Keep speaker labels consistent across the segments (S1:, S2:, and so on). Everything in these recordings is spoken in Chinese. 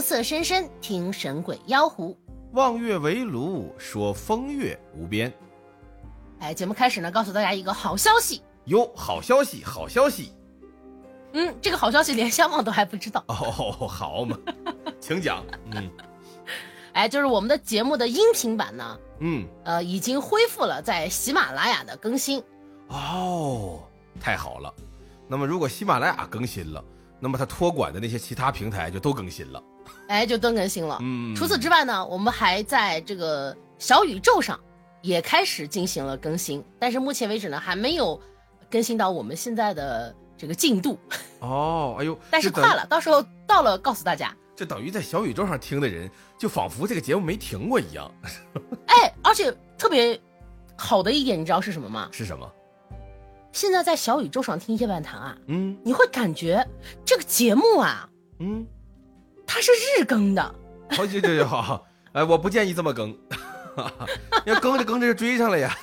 S1: 色深深听神鬼妖狐。
S2: 望月为炉，说风月无边。
S1: 哎，节目开始呢，告诉大家一个好消息。
S2: 哟，好消息，好消息！
S1: 嗯，这个好消息连相望都还不知道。
S2: 哦，好嘛， 请讲。嗯
S1: 哎，就是我们的节目的音频版呢，
S2: 嗯，
S1: 呃，已经恢复了在喜马拉雅的更新。
S2: 哦，太好了。那么，如果喜马拉雅更新了，那么它托管的那些其他平台就都更新了。
S1: 哎，就都更新了。
S2: 嗯，
S1: 除此之外呢，我们还在这个小宇宙上也开始进行了更新，但是目前为止呢，还没有更新到我们现在的这个进 度，
S2: 哦，哎呦，
S1: 但是
S2: 这等
S1: 快了，到时候到了告诉大家。
S2: 这等于在小宇宙上听的人，就仿佛这个节目没停过一样，
S1: 哎，而且特别好的一点，你知道是什么吗？
S2: 是什么？
S1: 现在在小宇宙上听夜半谈啊，
S2: 嗯
S1: 你会感觉这个节目啊，
S2: 嗯，
S1: 它是日更的。
S2: 好，这这就好。哎，我不建议这 么更， 要更着更着就追上了呀。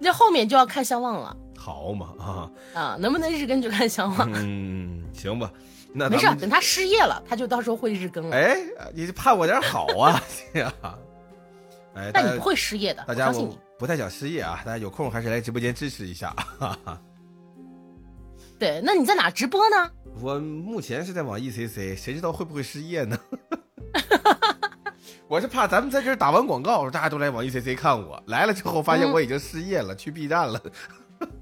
S1: 这后面就要看相望了
S2: 好嘛啊，
S1: 啊，能不能日更就看相 望。
S2: 嗯，行吧，那
S1: 没
S2: 咱
S1: 事儿，
S2: 们
S1: 等他失业了，他就到时候会日更了。
S2: 哎，你就盼我点好 啊，哎呀，哎，大
S1: 但你
S2: 家
S1: 不会失业的，
S2: 大
S1: 我
S2: 家
S1: 相信
S2: 我
S1: 你。
S2: 不太想失业啊，大家有空还是来直播间支持一 下。
S1: 对，那你在哪直播呢？
S2: 我目前是在网易 CC，谁知道会不会失业呢？ 我是怕咱们在这儿打完广告，大家都来网易 CC 看我，来了之后发现
S1: 嗯
S2: 我已经失业了，去 B 站了。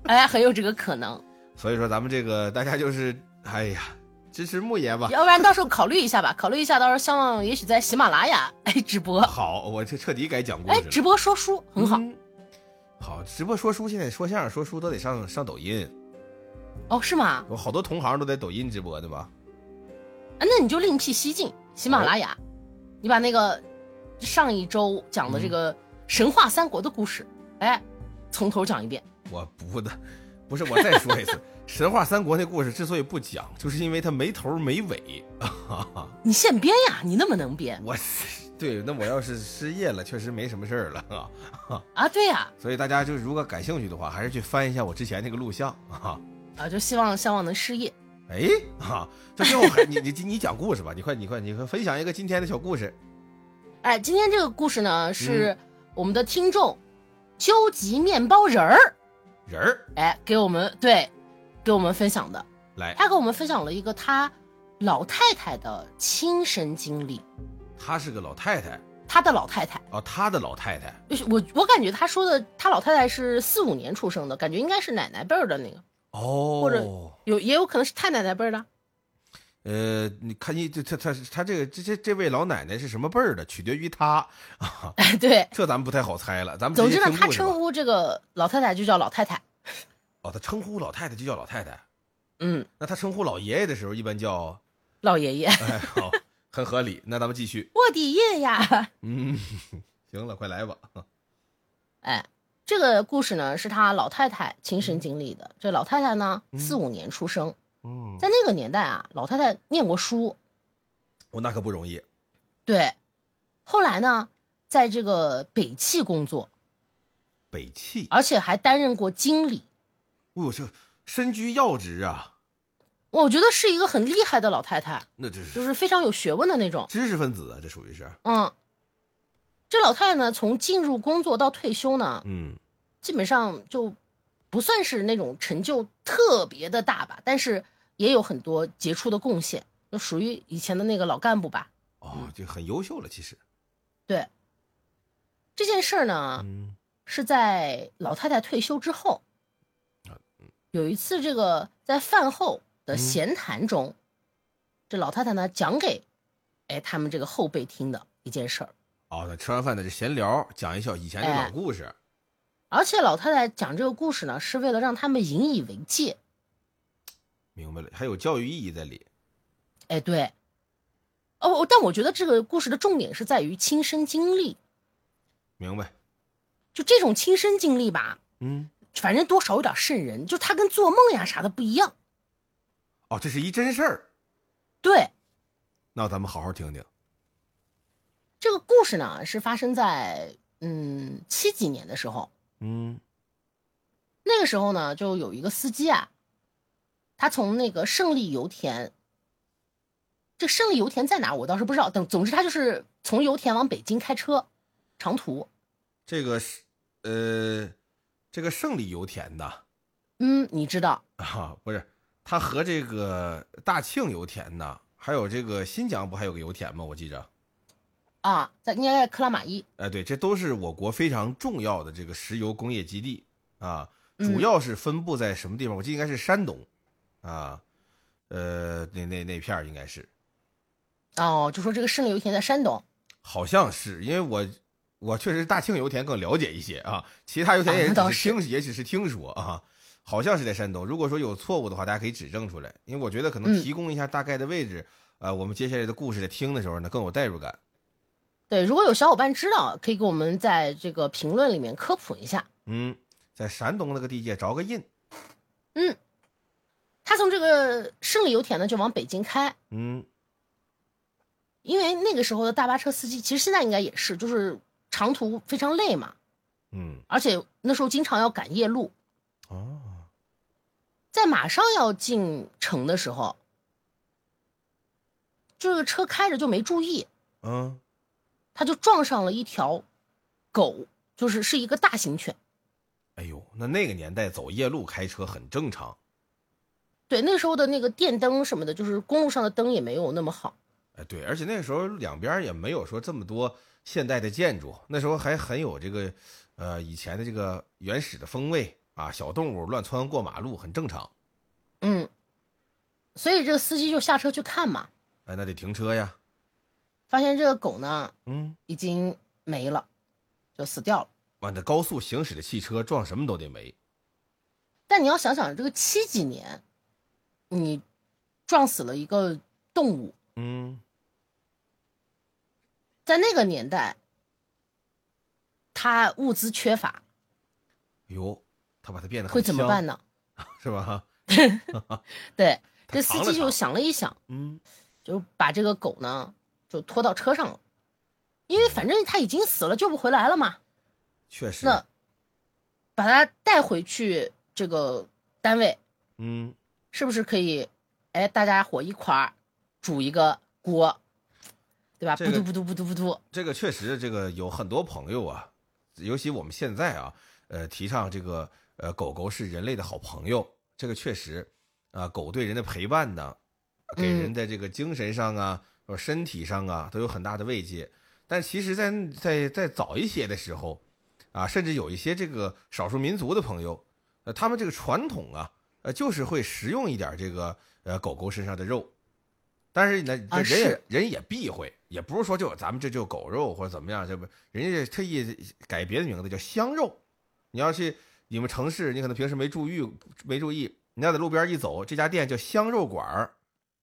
S1: 哎，很有这个可能，
S2: 所以说咱们这个大家就是，哎呀，支持莫言吧。
S1: 要不然到时候考虑一下吧，考虑一下，到时候相望也许在喜马拉雅哎直播，
S2: 好，我这彻底改讲故
S1: 哎
S2: 事了
S1: 直。播说书很好、
S2: 嗯好，直播说书现在说相声说书都得上上抖音，
S1: 哦，是吗？
S2: 我好多同行都在抖音直播的嘛。
S1: 啊，那你就另辟蹊径，喜马拉雅，你把那个上一周讲的这个神话三国的故事，哎，从头讲一遍。
S2: 我不的，不是我再说一次，《 神话三国》那故事之所以不讲，就是因为它没头没尾。
S1: 你现编呀，你那么能编
S2: 我对，那我要是失业了，确实没什么事儿了啊。
S1: 啊？对呀、
S2: 所以大家就如果感兴趣的话，还是去翻一下我之前那个录像啊。
S1: 啊，就希望相望能失业。
S2: 哎啊，这最后还 你你你讲故事吧，你快你快你快分享一个今天的小故事。
S1: 哎，今天这个故事呢是我们的听众究极面包人儿，
S2: 人儿
S1: 哎，给我们对，给我们分享的。
S2: 来，
S1: 他给我们分享了一个他老太太的亲身经历，
S2: 她是个老太太
S1: 他的老太太。
S2: 啊，她的老太太
S1: 就是我我感觉他说的，他老太太是四五年出生的，感觉应该是奶奶辈儿的那个，
S2: 哦，
S1: 或者有也有可能是太奶奶辈儿的。
S2: 呃，你看你这他他他这个这这这位老奶奶是什么辈儿的，取决于她啊，
S1: 哎，对，
S2: 这咱们不太好猜了。咱们直
S1: 总
S2: 接
S1: 之呢，
S2: 听
S1: 他
S2: 故事
S1: 称
S2: 吧
S1: 呼这个老太太就叫老太太。
S2: 哦，他称呼老太太就叫老太太，
S1: 嗯，
S2: 那他称呼老爷爷的时候一般叫
S1: 老爷爷，
S2: 哎好， 很合理。那咱们继续，
S1: 我的爷呀！
S2: 嗯， 行了，快来吧。
S1: 哎，这个故事呢是他老太太亲身经历的。这老太太呢，
S2: 嗯
S1: 四五年出生，
S2: 嗯，
S1: 在那个年代啊，老太太念过书，
S2: 我那可不容易。
S1: 对，后来呢，在这个北汽工作，
S2: 北汽，哎
S1: 而且还担任过经理。
S2: 呦，这身居要职啊，
S1: 我觉得是一个很厉害的老太太，
S2: 那这是
S1: 就是非常有学问的那种。
S2: 知识分子啊，这属于是。
S1: 嗯，这老太太呢，从进入工作到退休呢，
S2: 嗯，
S1: 基本上就不算是那种成就特别的大吧，但是也有很多杰出的贡献，就属于以前的那个老干部吧。嗯
S2: 哦，就很优秀了，其实。
S1: 对，这件事儿呢，
S2: 嗯，
S1: 是在老太太退休之后，有一次这个在饭后的闲谈中，这老太太呢讲给哎他们这个后辈听的一件事儿，
S2: 哦，那吃完饭在这闲聊，讲一下以前的
S1: 哎
S2: 老故事。
S1: 而且老太太讲这个故事呢，是为了让他们引以为戒。
S2: 明白了，还有教育意义在里。
S1: 哎，对，哦，但我觉得这个故事的重点是在于亲身经历，
S2: 明白。
S1: 就这种亲身经历吧，
S2: 嗯，
S1: 反正多少有点瘆人，就它跟做梦呀啥的不一样。
S2: 哦，这是一真事儿。
S1: 对，
S2: 那咱们好好听听。
S1: 这个故事呢是发生在嗯七几年的时候，
S2: 嗯
S1: 那个时候呢就有一个司机啊，他从那个胜利油田这胜利油田在哪儿我倒是不知道。等，总之他就是从油田往北京开车，长途。
S2: 这个是呃，这个胜利油田呐
S1: 嗯，你知道，
S2: 啊，不是，它和这个大庆油田呐，还有这个新疆不还有个油田吗？我记着，
S1: 啊，在应该在克拉玛依，
S2: 哎，对，这都是我国非常重要的这个石油工业基地啊，
S1: 嗯
S2: 主要是分布在什么地方？我记得应该是山东啊，呃，那那那片儿应该是，
S1: 哦，就说这个胜利油田在山东，
S2: 好像是，因为我我确实大庆油田更了解一些啊，其他油田
S1: 啊
S2: 也
S1: 那倒
S2: 只是听，也只是听说啊，好像是在山东。如果说有错误的话，大家可以指正出来，因为我觉得可能
S1: 嗯
S2: 提供一下大概的位置，呃，我们接下来的故事在听的时候呢更有代入感。
S1: 对，如果有小伙伴知道，可以给我们在这个评论里面科普一下。
S2: 嗯，在山东那个地界着个印，
S1: 他从这个胜利油田呢就往北京开，
S2: 嗯
S1: 因为那个时候的大巴车司机，其实现在应该也是，就是长途非常累嘛，
S2: 嗯
S1: 而且那时候经常要赶夜路，
S2: 哦，
S1: 在马上要进城的时候，这个车开着就没注意，
S2: 嗯
S1: 他就撞上了一条狗，就是是一个大型犬。
S2: 哎呦，那那个年代走夜路开车很正常。
S1: 对，那时候的那个电灯什么的，就是公路上的灯也没有那么好。
S2: 哎，对，而且那个时候两边儿也没有说这么多现代的建筑，那时候还很有这个，呃，以前的这个原始的风味啊，小动物乱窜过马路很正常。
S1: 嗯，所以这个司机就下车去看嘛，
S2: 哎，那得停车呀。
S1: 发现这个狗呢
S2: 嗯，
S1: 已经没了，就死掉了。
S2: 完的高速行驶的汽车撞什么都得没。
S1: 但你要想想，这个七几年，你撞死了一个动物，
S2: 嗯，
S1: 在那个年代，它物资缺乏，
S2: 哟，他哎把它变得很
S1: 会怎么
S2: 香
S1: 办？呢？
S2: 是吧？
S1: 对，
S2: 他
S1: 这司
S2: 尝了
S1: 机就
S2: 尝
S1: 想了一想，
S2: 嗯，
S1: 就把这个狗呢就拖到车上了，因为反正它已经死了，救不回来了嘛。
S2: 确实。
S1: 那把它带回去这个单位，
S2: 嗯，
S1: 是不是可以？哎，大家伙一块儿煮一个锅，对吧？
S2: 这
S1: 咕
S2: 个
S1: 嘟咕嘟咕嘟咕嘟，
S2: 这个确实，这个有很多朋友啊，尤其我们现在啊，呃，提倡这个呃，狗狗是人类的好朋友，这个确实啊、狗对人的陪伴呢，给人的这个精神上啊，或者身体上啊，都有很大的慰藉。但其实在，在在早一些的时候，啊，甚至有一些这个少数民族的朋友，呃，他们这个传统啊，呃，就是会食用一点这个呃狗狗身上的肉，但是呢，这
S1: 啊
S2: 人也、
S1: 是
S2: 人也避讳，也不是说就咱们这就狗肉或者怎么样，这不人家特意改别的名字叫香肉。你要去你们城市，你可能平时没注意没注意，你要在路边一走，这家店叫香肉馆儿，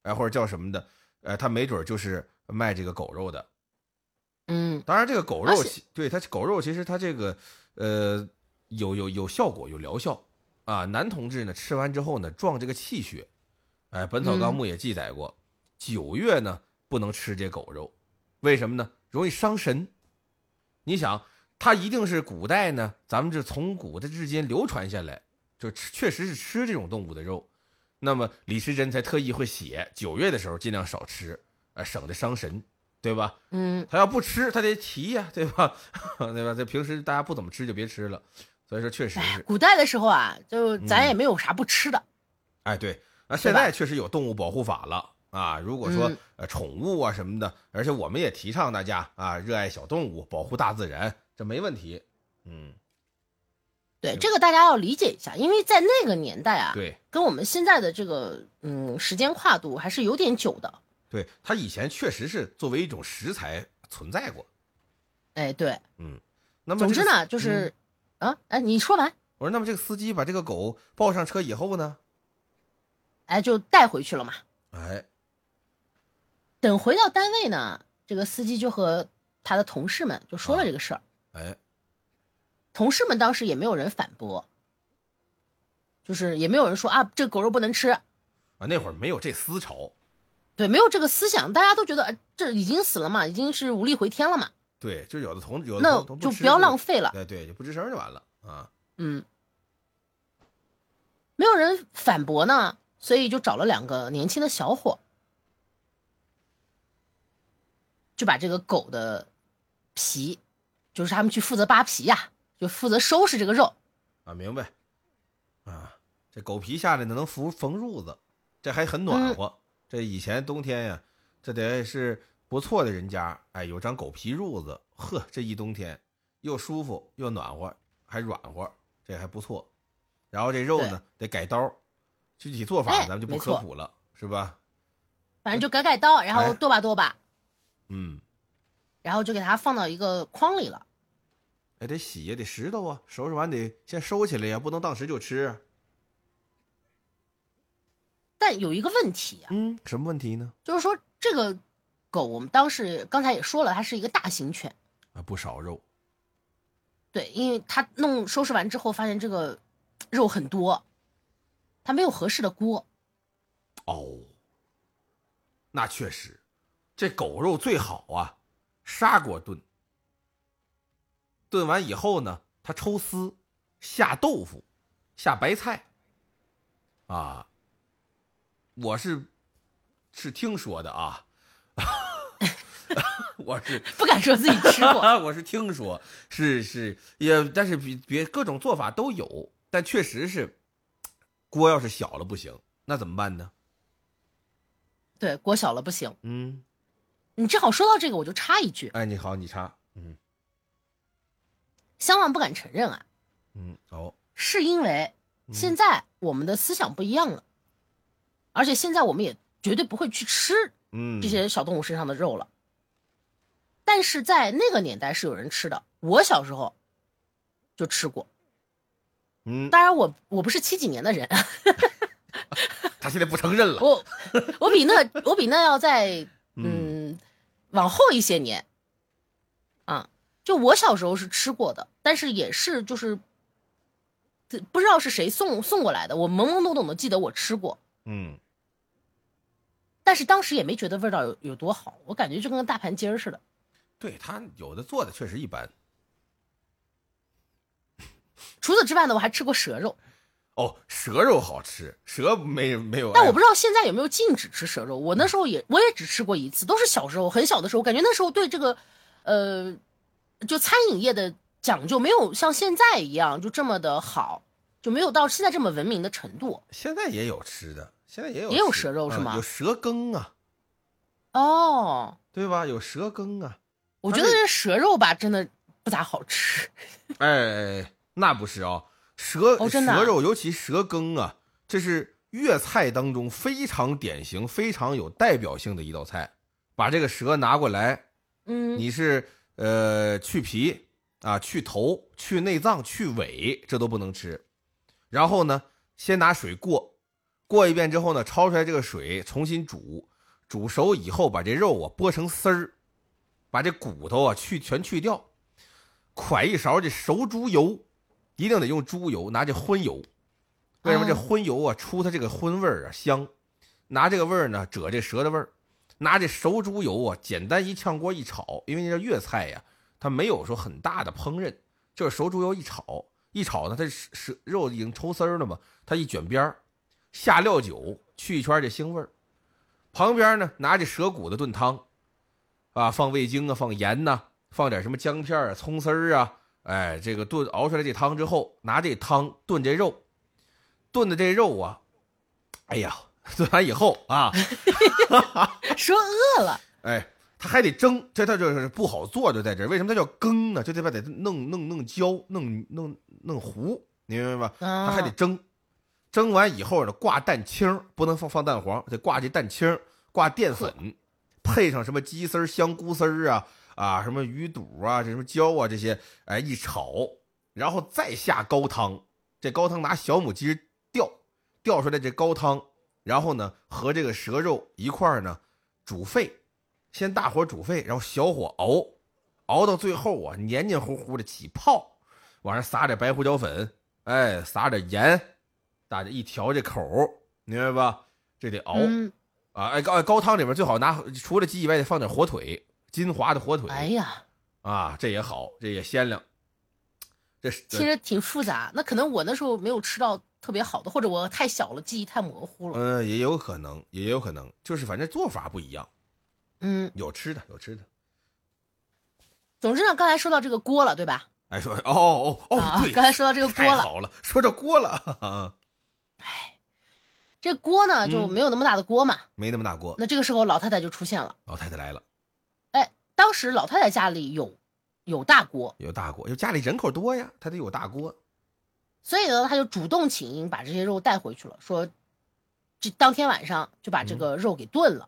S2: 哎、或者叫什么的，呃，他没准就是卖这个狗肉的。
S1: 嗯，
S2: 当然，这个狗
S1: 而
S2: 肉
S1: 且
S2: 其对它狗肉其实它这个呃有有有效果有疗效啊。男同志呢吃完之后呢壮这个气血，哎，《本草
S1: 嗯
S2: 纲目》也记载过，九月呢不能吃这狗肉，为什么呢？容易伤神。你想，它一定是古代呢，咱们这从古的至今流传下来，就吃确实是吃这种动物的肉。那么李时珍才特意会写，九月的时候尽量少吃，呃，省得伤神，对吧？
S1: 嗯，
S2: 他要不吃，他得提呀、 对吧？对吧？这平时大家不怎么吃就别吃了，所以说确实
S1: 哎
S2: 是，，嗯
S1: 古代的时候啊，就咱也没有啥不吃的，
S2: 哎，对，那现在确实有动物保护法了啊。如果说
S1: 嗯
S2: 呃宠物啊什么的，而且我们也提倡大家啊热爱小动物，保护大自然，这没问题。嗯，
S1: 对，
S2: 嗯
S1: 这个大家要理解一下，因为在那个年代啊，
S2: 对
S1: 跟我们现在的这个嗯时间跨度还是有点久的。
S2: 对，它以前确实是作为一种食材存在过。
S1: 哎，对，
S2: 那么
S1: 总
S2: 这
S1: 之
S2: 个
S1: 呢，就是、
S2: 嗯
S1: 啊，哎，你说完，
S2: 我说，那么这个司机把这个狗抱上车以后呢？
S1: 哎，就带回去了嘛。
S2: 哎，
S1: 等回到单位呢，这个司机就和他的同事们就说了这个事儿，
S2: 哎，
S1: 同事们当时也没有人反驳，就是也没有人说啊，这狗肉不能吃，
S2: 啊，那会儿没有这思潮，
S1: 对，没有这个思想，大家都觉得、呃这已经死了嘛，已经是无力回天了嘛，
S2: 对，就有的同有的
S1: 那
S2: 同同
S1: 就
S2: 吃
S1: 不要
S2: 这个
S1: 浪费了，
S2: 哎，对，就不吱声就完了啊。
S1: 嗯，没有人反驳呢，所以就找了两个年轻的小伙，就把这个狗的皮，就是他们去负责扒皮呀、就负责收拾这个肉。
S2: 啊，明白。啊，这狗皮下来呢能缝缝褥子，这还很
S1: 嗯
S2: 暖和。这以前冬天呀，这得是不错的人家，哎，有张狗皮褥子，呵，这一冬天又舒服又暖和，还软和，这还不错。然后这肉呢得改刀，具体做法
S1: 哎
S2: 咱们就不
S1: 没
S2: 科
S1: 错
S2: 普了，是吧？
S1: 反正就改改刀，然
S2: 哎
S1: 后剁吧剁吧，
S2: 嗯，
S1: 然后就给它放到一个筐里了。
S2: 哎，得洗呀，得拾掇啊，收拾完得先收起来呀，不能当时就吃啊。
S1: 但有一个问题啊，
S2: 嗯，什么问题呢？
S1: 就是说这个狗，我们当时刚才也说了，它是一个大型犬，
S2: 啊，不少肉，
S1: 对，因为它弄收拾完之后，发现这个肉很多，它没有合适的锅，
S2: 哦，那确实，这狗肉最好啊，砂锅炖。炖完以后呢，它抽丝，下豆腐，下白菜。啊，我是是听说的啊， 我是
S1: 不敢说自己吃过。
S2: 我是听说，是是也，但是比别各种做法都有，但确实是锅要是小了不行，那怎么办呢？
S1: 对，锅小了不行。
S2: 嗯，
S1: 你正好说到这个，我就插一句，
S2: 哎，你好，你插，嗯
S1: 香浪不敢承认啊，
S2: 嗯，哦，
S1: 是因为现在我们的思想不一样了，而且现在我们也绝对不会去吃
S2: 嗯，
S1: 这些小动物身上的肉了。但是在那个年代是有人吃的，我小时候就吃过。
S2: 嗯，
S1: 当然我，我不是七几年的人，
S2: 他现在不承认 了，
S1: 我我比那我比那要在嗯往后一些年啊，就我小时候是吃过的，但是也是就是这不知道是谁送送过来的，我懵懵懂懂的记得我吃过，
S2: 嗯，
S1: 但是当时也没觉得味道有有多好，我感觉就跟个大盘鸡儿似的。
S2: 对他有的做的确实一般，
S1: 除此之外呢，我还吃过蛇肉，
S2: 哦，蛇肉好吃，蛇没没有爱好，哎
S1: 但我不知道现在有没有禁止吃蛇肉。我那时候也我也只吃过一次，都是小时候很小的时候，我感觉那时候对这个，呃，就餐饮业的讲究没有像现在一样就这么的好，就没有到现在这么文明的程度。
S2: 现在也有吃的，现在也有
S1: 也有
S2: 吃
S1: 蛇肉是
S2: 嗯
S1: 吗
S2: 有蛇羹啊，
S1: 哦，
S2: 对吧？有蛇羹啊，
S1: 我觉得这蛇肉吧，真的不咋好 吃。
S2: 哎，哎那不是啊、蛇、
S1: 哦真的啊
S2: 蛇肉，尤其蛇羹啊，这是粤菜当中非常典型、非常有代表性的一道菜。把这个蛇拿过来，
S1: 嗯，
S2: 你是呃去皮啊、去头、去内脏、去尾，这都不能吃。然后呢，先拿水过，过一遍之后呢，焯出来这个水重新煮，煮熟以后把这肉啊剥成丝儿，把这骨头啊去全去掉，㧟一勺这熟猪油，一定得用猪油，拿这荤油。为什么这
S1: 啊
S2: 荤油啊出它这个荤味儿啊香？拿这个味儿呢遮这蛇的味儿，拿这熟猪油啊简单一炝锅一炒，因为那叫粤菜呀，它没有说很大的烹饪，就是熟猪油一炒，一炒呢它蛇蛇肉已经抽丝儿了嘛，它一卷边儿，下料酒去一圈儿这腥味儿，旁边呢拿这蛇骨的炖汤，啊，放味精啊，放盐呐、放点什么姜片儿啊、葱丝儿啊，哎，这个炖熬出来这汤之后，拿这汤炖这肉，炖的这肉啊，哎呀， 炖完以后啊，
S1: 蛇饿了，
S2: 哎，它还得蒸，这它就是不好做，就在这儿为什么它叫羹呢？就得把得弄弄弄焦，弄弄弄糊，你明白吧？它还得
S1: 啊，
S2: 蒸，蒸完以后呢，挂蛋清儿，不能放放蛋黄，得挂这蛋清儿，挂淀粉，配上什么鸡丝儿、香菇丝儿啊啊，什么鱼肚啊，这什么椒啊这些，哎，一炒，然后再下高汤，这高汤拿小母鸡吊吊出来这高汤，然后呢和这个蛇肉一块儿呢煮沸，先大火煮沸，然后小火熬，熬到最后啊黏黏糊糊的起泡，往上撒点白胡椒粉，哎，撒点盐，大家一调这口儿，明白吧？这得熬、
S1: 嗯，
S2: 啊！哎高哎高汤里面最好拿除了鸡以外得放点火腿，金华的火腿、
S1: 哎呀，
S2: 啊，这也好，这也鲜亮。这是
S1: 听着挺复杂。那可能我那时候没有吃到特别好的，或者我太小了，记忆太模糊了。
S2: 嗯，也有可能，也有可能，就是反正做法不一样，
S1: 嗯，
S2: 有吃的，有吃的。
S1: 总之呢，刚才说到这个锅了，对吧？
S2: 哎，说哦哦哦，
S1: 啊
S2: 对，，
S1: 刚才说到这个锅
S2: 太
S1: 了，
S2: 好了，说这锅了，哈哈
S1: 这锅呢就
S2: 嗯
S1: 没有那么大的锅嘛。
S2: 没那么大锅。
S1: 那这个时候老太太就出现了。
S2: 老太太来了，
S1: 哎，当时老太太家里有有大锅，
S2: 有大锅，因为哎家里人口多呀，她得有大锅。
S1: 所以呢，她就主动请缨把这些肉带回去了，说这当天晚上就把这
S2: 嗯
S1: 个肉给炖了，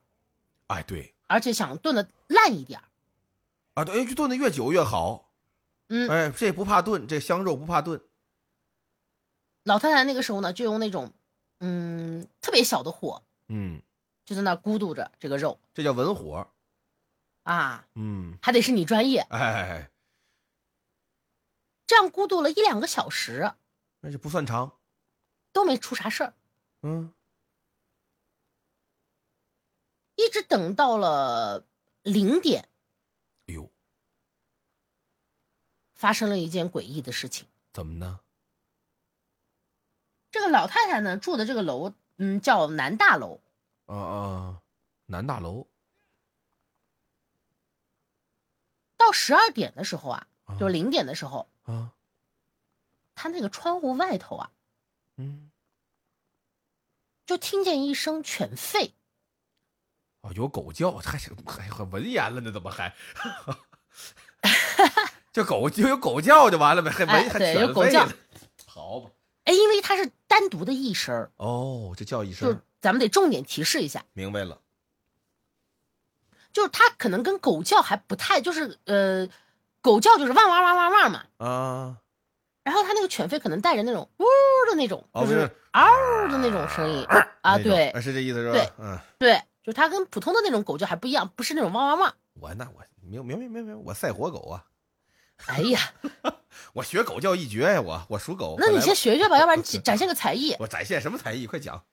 S2: 哎，对
S1: 而且想炖的烂一点儿。
S2: 啊，对，哎就炖的越久越好。
S1: 嗯，
S2: 哎，这不怕炖，这香肉不怕炖。
S1: 老太太那个时候呢，就用那种嗯特别小的火，
S2: 嗯，
S1: 就在那儿咕嘟着这个肉
S2: 这叫文火。
S1: 啊，
S2: 嗯，
S1: 还得是你专业，
S2: 哎哎，哎
S1: 这样咕嘟了一两个小时
S2: 那就不算长。
S1: 都没出啥事儿，
S2: 嗯，
S1: 一直等到了零点，
S2: 哎呦，
S1: 发生了一件诡异的事情。
S2: 怎么呢？
S1: 这个老太太呢住的这个楼，嗯，叫南大楼。
S2: 啊啊，南大楼
S1: 到十二点的时候啊，
S2: 啊
S1: 就是零点的时候，
S2: 啊，
S1: 她那个窗户外头啊，
S2: 嗯
S1: 就听见一声犬吠。
S2: 啊，有狗叫，还是还很文言了呢？怎么还？就狗就有狗叫就完了呗，还文、
S1: 哎
S2: 还
S1: 对
S2: 犬
S1: 有狗
S2: 吠
S1: 叫
S2: 了，好吧？
S1: 哎，因为它是单独的一声儿，
S2: 哦，这叫一
S1: 就
S2: 声
S1: 是，咱们得重点提示一下，
S2: 明白了。
S1: 就是它可能跟狗叫还不太，就是呃，狗叫就是汪汪汪汪汪嘛，
S2: 啊，
S1: 然后它那个犬吠可能带着那种呜的那种，
S2: 哦
S1: 就
S2: 不
S1: 是
S2: 是
S1: 嗷的那种声音啊，
S2: 那种
S1: 对
S2: 啊是这意思是
S1: 对
S2: 吧？嗯，
S1: 对，就是它跟普通的那种狗叫还不一样，不是那种汪汪汪。
S2: 我那我明明明明明，我赛活狗啊，
S1: 哎呀，
S2: 我学狗叫一绝呀，我我属狗。
S1: 那
S2: 快
S1: 你
S2: 来
S1: 先
S2: 吧，
S1: 学学吧，要 不然你展展现个才艺。
S2: 我展现什么才艺？快讲。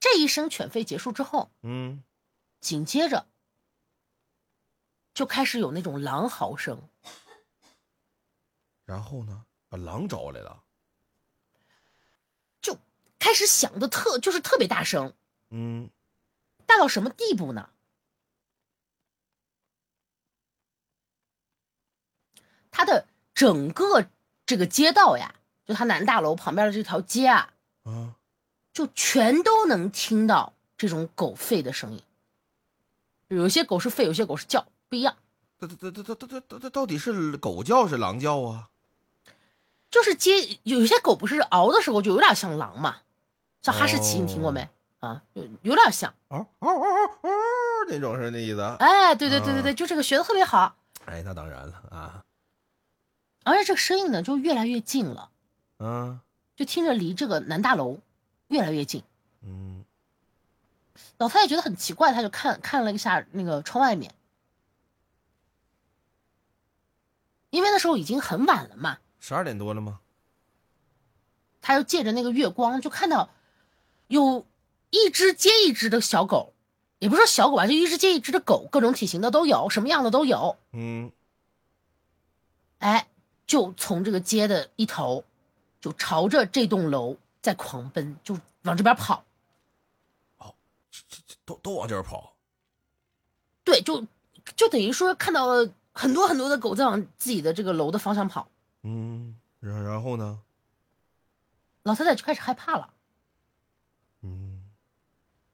S1: 这一声犬吠结束之后，
S2: 嗯，
S1: 紧接着就开始有那种狼嚎声。
S2: 然后呢，把狼找来了。
S1: 就开始响的特就是特别大声，
S2: 嗯，
S1: 大到什么地步呢？它的整个这个街道呀，就它南大楼旁边的这条街啊，
S2: 啊，
S1: 就全都能听到这种狗吠的声音。有些狗是吠，有些狗是叫，不一样。
S2: 这这这这这这这这到底是狗叫是狼叫啊？
S1: 就是街有一些狗不是嗷的时候就有点像狼嘛，像哈士奇，你听过没？啊，有有点像。
S2: 嗷嗷嗷嗷嗷那哦种是那意思啊？
S1: 哎，对对对对
S2: 啊
S1: 对，就这个学的特别好，
S2: 哎，那当然了啊，
S1: 而且这个声音呢就越来越近了，
S2: 嗯
S1: 就听着离这个南大楼越来越近。
S2: 嗯
S1: 老太太觉得很奇怪，她就看看了一下那个窗外面，因为那时候已经很晚了嘛，
S2: 十二点多了吗？
S1: 她就借着那个月光就看到有一只接一只的小狗，也不是说小狗吧，就一只接一只的狗，各种体型的都有，什么样的都有。
S2: 嗯，
S1: 哎，就从这个街的一头，就朝着这栋楼在狂奔，就往这边跑。
S2: 这这这都都往这儿跑，
S1: 对，就就等于说看到了很多很多的狗在往自己的这个楼的方向跑，
S2: 嗯，然然后呢？
S1: 老太太就开始害怕了，
S2: 嗯，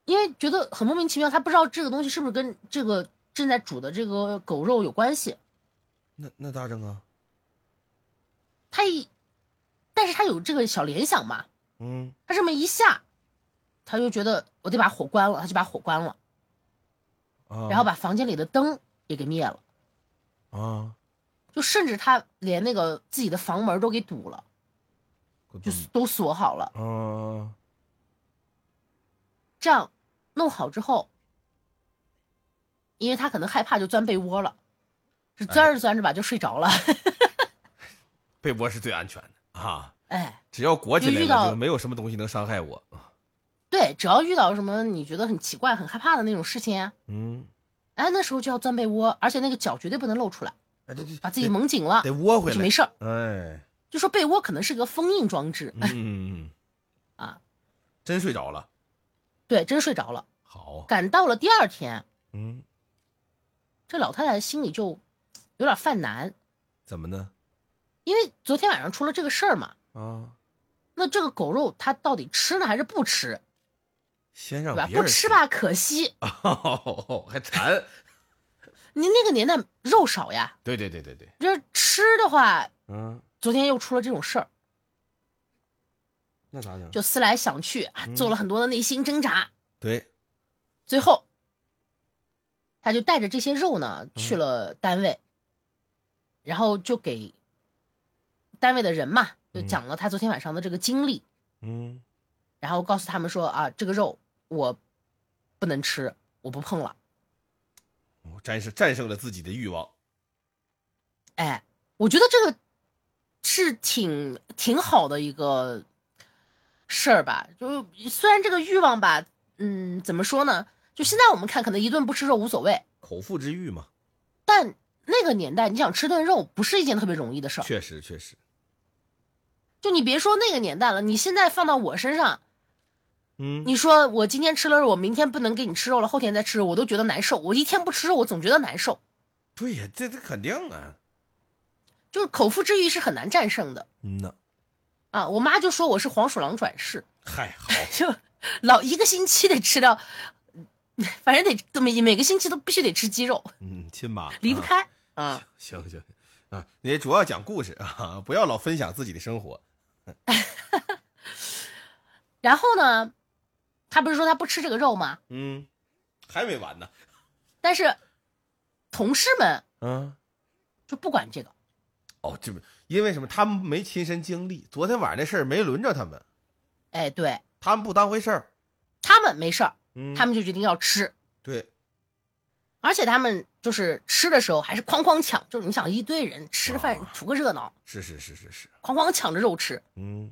S1: 因为觉得很莫名其妙，她不知道这个东西是不是跟这个正在煮的这个狗肉有关系。
S2: 那那咋整啊？
S1: 她一，但是她有这个小联想嘛，
S2: 嗯，
S1: 她这么一下，她就觉得我得把火关了，她就把火关了，
S2: 啊，
S1: 然后把房间里的灯也给灭了。
S2: 啊，
S1: 就甚至他连那个自己的房门都给堵了，就
S2: 嗯
S1: 都锁好了。
S2: 啊，
S1: 这样弄好之后，因为他可能害怕，就钻被窝了。是
S2: 哎
S1: 钻着钻着吧，就睡着了。
S2: 被窝是最安全的啊，
S1: 哎，
S2: 只要裹起
S1: 就
S2: 来
S1: 遇到
S2: 了，就没有什么东西能伤害我。
S1: 对，只要遇到什么你觉得很奇怪、很害怕的那种事情，啊
S2: 嗯，
S1: 哎，那时候就要钻被窝，而且那个脚绝对不能露出来，
S2: 哎，这这
S1: 把自己蒙紧了
S2: 得窝回
S1: 就
S2: 来，
S1: 没事儿。
S2: 哎，
S1: 就说被窝可能是个封印装置
S2: 嗯嗯嗯，
S1: 啊。
S2: 真睡着了，
S1: 对，真睡着了。
S2: 好，
S1: 赶到了第二天，
S2: 嗯
S1: 这老太太心里就有点犯难，
S2: 怎么呢？
S1: 因为昨天晚上出了这个事儿嘛，
S2: 啊，
S1: 那这个狗肉它到底吃呢还是不吃，
S2: 先
S1: 对
S2: 让
S1: 吧？
S2: 别
S1: 不
S2: 人
S1: 吃，吧可惜，
S2: 哦，还馋，
S1: 您那个年代肉少呀，
S2: 对对对对对，
S1: 就是吃的话，
S2: 嗯，
S1: 昨天又出了这种事儿，
S2: 那咋整？
S1: 就思来想去啊，
S2: 嗯
S1: 做了很多的内心挣扎，
S2: 对，
S1: 最后，他就带着这些肉呢去
S2: 嗯
S1: 了单位，然后就给单位的人嘛，就
S2: 嗯
S1: 讲了他昨天晚上的这个经历，
S2: 嗯
S1: 然后告诉他们说啊，这个肉我不能吃，我不碰了。
S2: 我战胜战胜了自己的欲望，
S1: 哎，我觉得这个是挺挺好的一个事儿吧。就是虽然这个欲望吧，嗯，怎么说呢？就现在我们看，可能一顿不吃肉无所谓，
S2: 口腹之欲嘛，
S1: 但那个年代你想吃顿肉不是一件特别容易的事儿。
S2: 确实确实，
S1: 就你别说那个年代了，你现在放到我身上，
S2: 嗯，
S1: 你说我今天吃了肉，我明天不能给你吃肉了，后天再吃肉，我都觉得难受。我一天不吃肉，我总觉得难受。
S2: 对呀，这这肯定啊，
S1: 就是口腹之欲是很难战胜的
S2: 嗯呐，
S1: 啊！我妈就说我是黄鼠狼转世，
S2: 嗨，好，
S1: 就老一个星期得吃掉， 反正得每每个星期都必须得吃鸡肉，
S2: 嗯，亲妈
S1: 离不
S2: 啊
S1: 开啊。
S2: 行行啊，你主要讲故事啊，不要老分享自己的生活。
S1: 然后呢，她不是说她不吃这个肉吗？
S2: 嗯，还没完呢。
S1: 但是同事们
S2: 嗯，
S1: 就不管这个，
S2: 哦，这不因为什么？他们没亲身经历，昨天晚上那事儿没轮着他们，
S1: 哎，对
S2: 他们不当回事儿。
S1: 他们没事儿，
S2: 嗯，
S1: 他们就决定要吃。
S2: 对，
S1: 而且他们就是吃的时候还是哐哐抢，就是你想一堆人吃饭
S2: 哇
S1: 图个热闹，
S2: 是是是是是，
S1: 哐哐抢着肉吃。
S2: 嗯，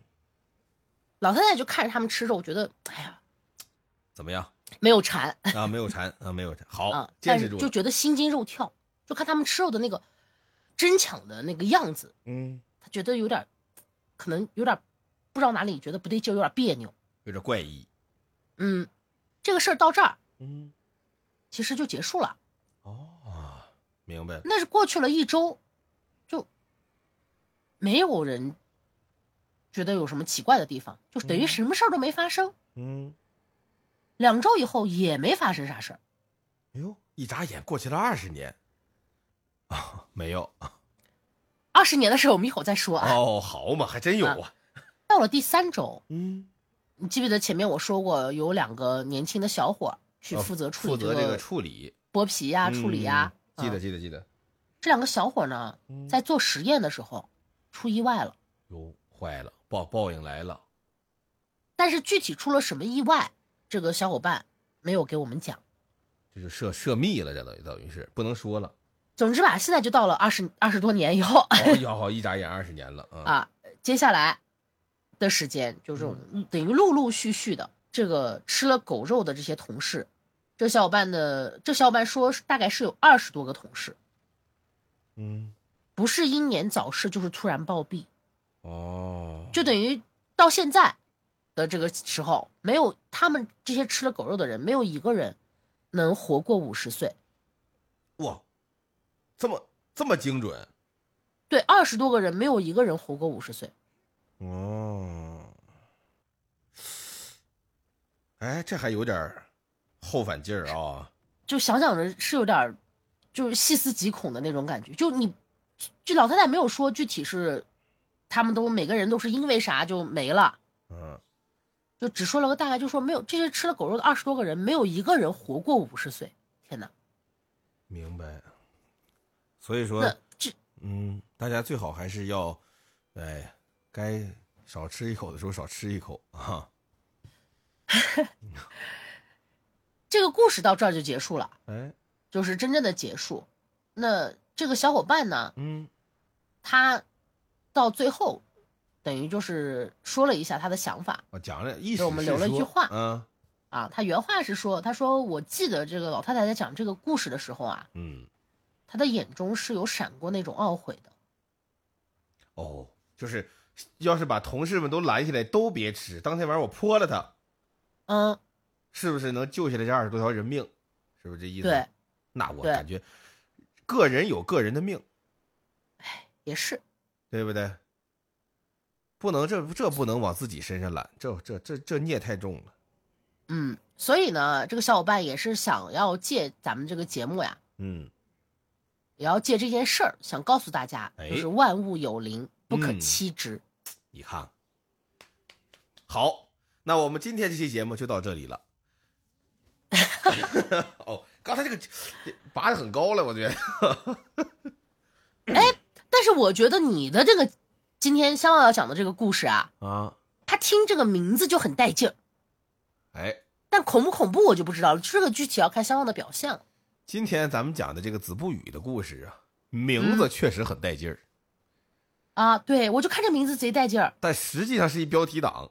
S1: 老太太就看着他们吃肉，觉得哎呀
S2: 怎么样
S1: 没有馋
S2: 啊？没有馋啊，没有馋，
S1: 啊
S2: 好，，坚
S1: 但
S2: 持
S1: 是
S2: 住
S1: 就
S2: 了。
S1: 觉得心惊肉跳，就看他们吃肉的那个争抢的那个样子，
S2: 嗯，
S1: 她觉得有点，可能有点不知道哪里觉得不对劲儿，有点别扭。
S2: 有点怪异。
S1: 嗯，这个事儿到这儿
S2: 嗯，
S1: 其实就结束了，
S2: 哦，明白了。
S1: 那是过去了一周，就没有人觉得有什么奇怪的地方，就是等于
S2: 嗯
S1: 什么事儿都没发生。
S2: 嗯，
S1: 两周以后也没发生啥事儿。
S2: 哎呦，一眨眼过去了二十年啊，没有
S1: 二十年的事儿我们一会儿再说啊。
S2: 哦，好嘛，还真有啊。
S1: 到了第三周，
S2: 嗯，
S1: 你记不记得前面我说过有两个年轻的小伙儿去
S2: 哦
S1: 负责处
S2: 负
S1: 理
S2: 责这
S1: 个
S2: 处理
S1: 剥皮呀、处理呀、
S2: 嗯记
S1: 啊
S2: 得记得记得。
S1: 这两个小伙儿呢，
S2: 嗯
S1: 在做实验的时候出意外了，
S2: 哟，坏了，报报应来了。
S1: 但是具体出了什么意外，这个小伙伴没有给我们讲。
S2: 这就涉涉密了，这等于等于是不能说 了。
S1: 总之吧，现在就到了二十二十多年以后
S2: 哦，要好一眨眼二十年了啊！
S1: 啊，接下来的时间就这种、等于陆陆续续的，这个吃了狗肉的这些同事，这小伙伴的这小伙伴说是大概是有二十多个同事，
S2: 嗯，
S1: 不是英年早逝就是突然暴毙，
S2: 哦，
S1: 就等于到现在的这个时候，没有他们这些吃了狗肉的人，没有一个人能活过五十岁。
S2: 哇，这么这么精准
S1: 对，二十多个人没有一个人活过五十岁。
S2: 哦。 哎，这还有点儿后反劲儿啊！
S1: 就想想着是有点儿，就是细思极恐的那种感觉。就你，就老太太没有说具体是，他们都每个人都是因为啥就没了，
S2: 嗯，
S1: 就只说了个大概，就说没有这些吃了狗肉的二十多个人，没有一个人活过五十岁。天哪，
S2: 明白。所以说，
S1: 那这
S2: 嗯，大家最好还是要，哎，该少吃一口的时候少吃一口啊。
S1: 这个故事到这儿就结束了，
S2: 哎，
S1: 就是真正的结束。那这个小伙伴呢，
S2: 嗯
S1: 他到最后等于就是说了一下他的想法，
S2: 我讲了意
S1: 给
S2: 思，
S1: 我们留了一句话
S2: 嗯
S1: 啊，他原话是说：“他说我记得这个老太太在讲这个故事的时候啊，
S2: 嗯，
S1: 她的眼中是有闪过那种懊悔的。
S2: 哦，就是要是把同事们都拦下来，都别吃，当天晚上我泼了他，
S1: 嗯，
S2: 是不是能救下来这二十多条人命？是不是这意思？
S1: 对，
S2: 那我
S1: 对
S2: 感觉个人有个人的命，
S1: 也是，
S2: 对不对？不能这这不能往自己身上揽，这这这这孽太重了。
S1: 嗯，所以呢，这个小伙伴也是想要借咱们这个节目呀，
S2: 嗯，
S1: 也要借这件事儿，想告诉大家，
S2: 哎
S1: 就是万物有灵，不可
S2: 嗯
S1: 欺之。
S2: 你看，好，那我们今天这期节目就到这里了。 哦，刚才这个拔的很高了，我觉得。
S1: 但是我觉得你的这个今天香要讲的这个故事啊，
S2: 啊，
S1: 它听这个名字就很带劲儿，
S2: 哎，
S1: 但恐不恐怖我就不知道了，这个具体要看香望的表现了。
S2: 今天咱们讲的这个子不语的故事啊，名字确实很带劲儿，
S1: 啊，对，我就看这名字贼带劲儿
S2: 但实际上是一标题党。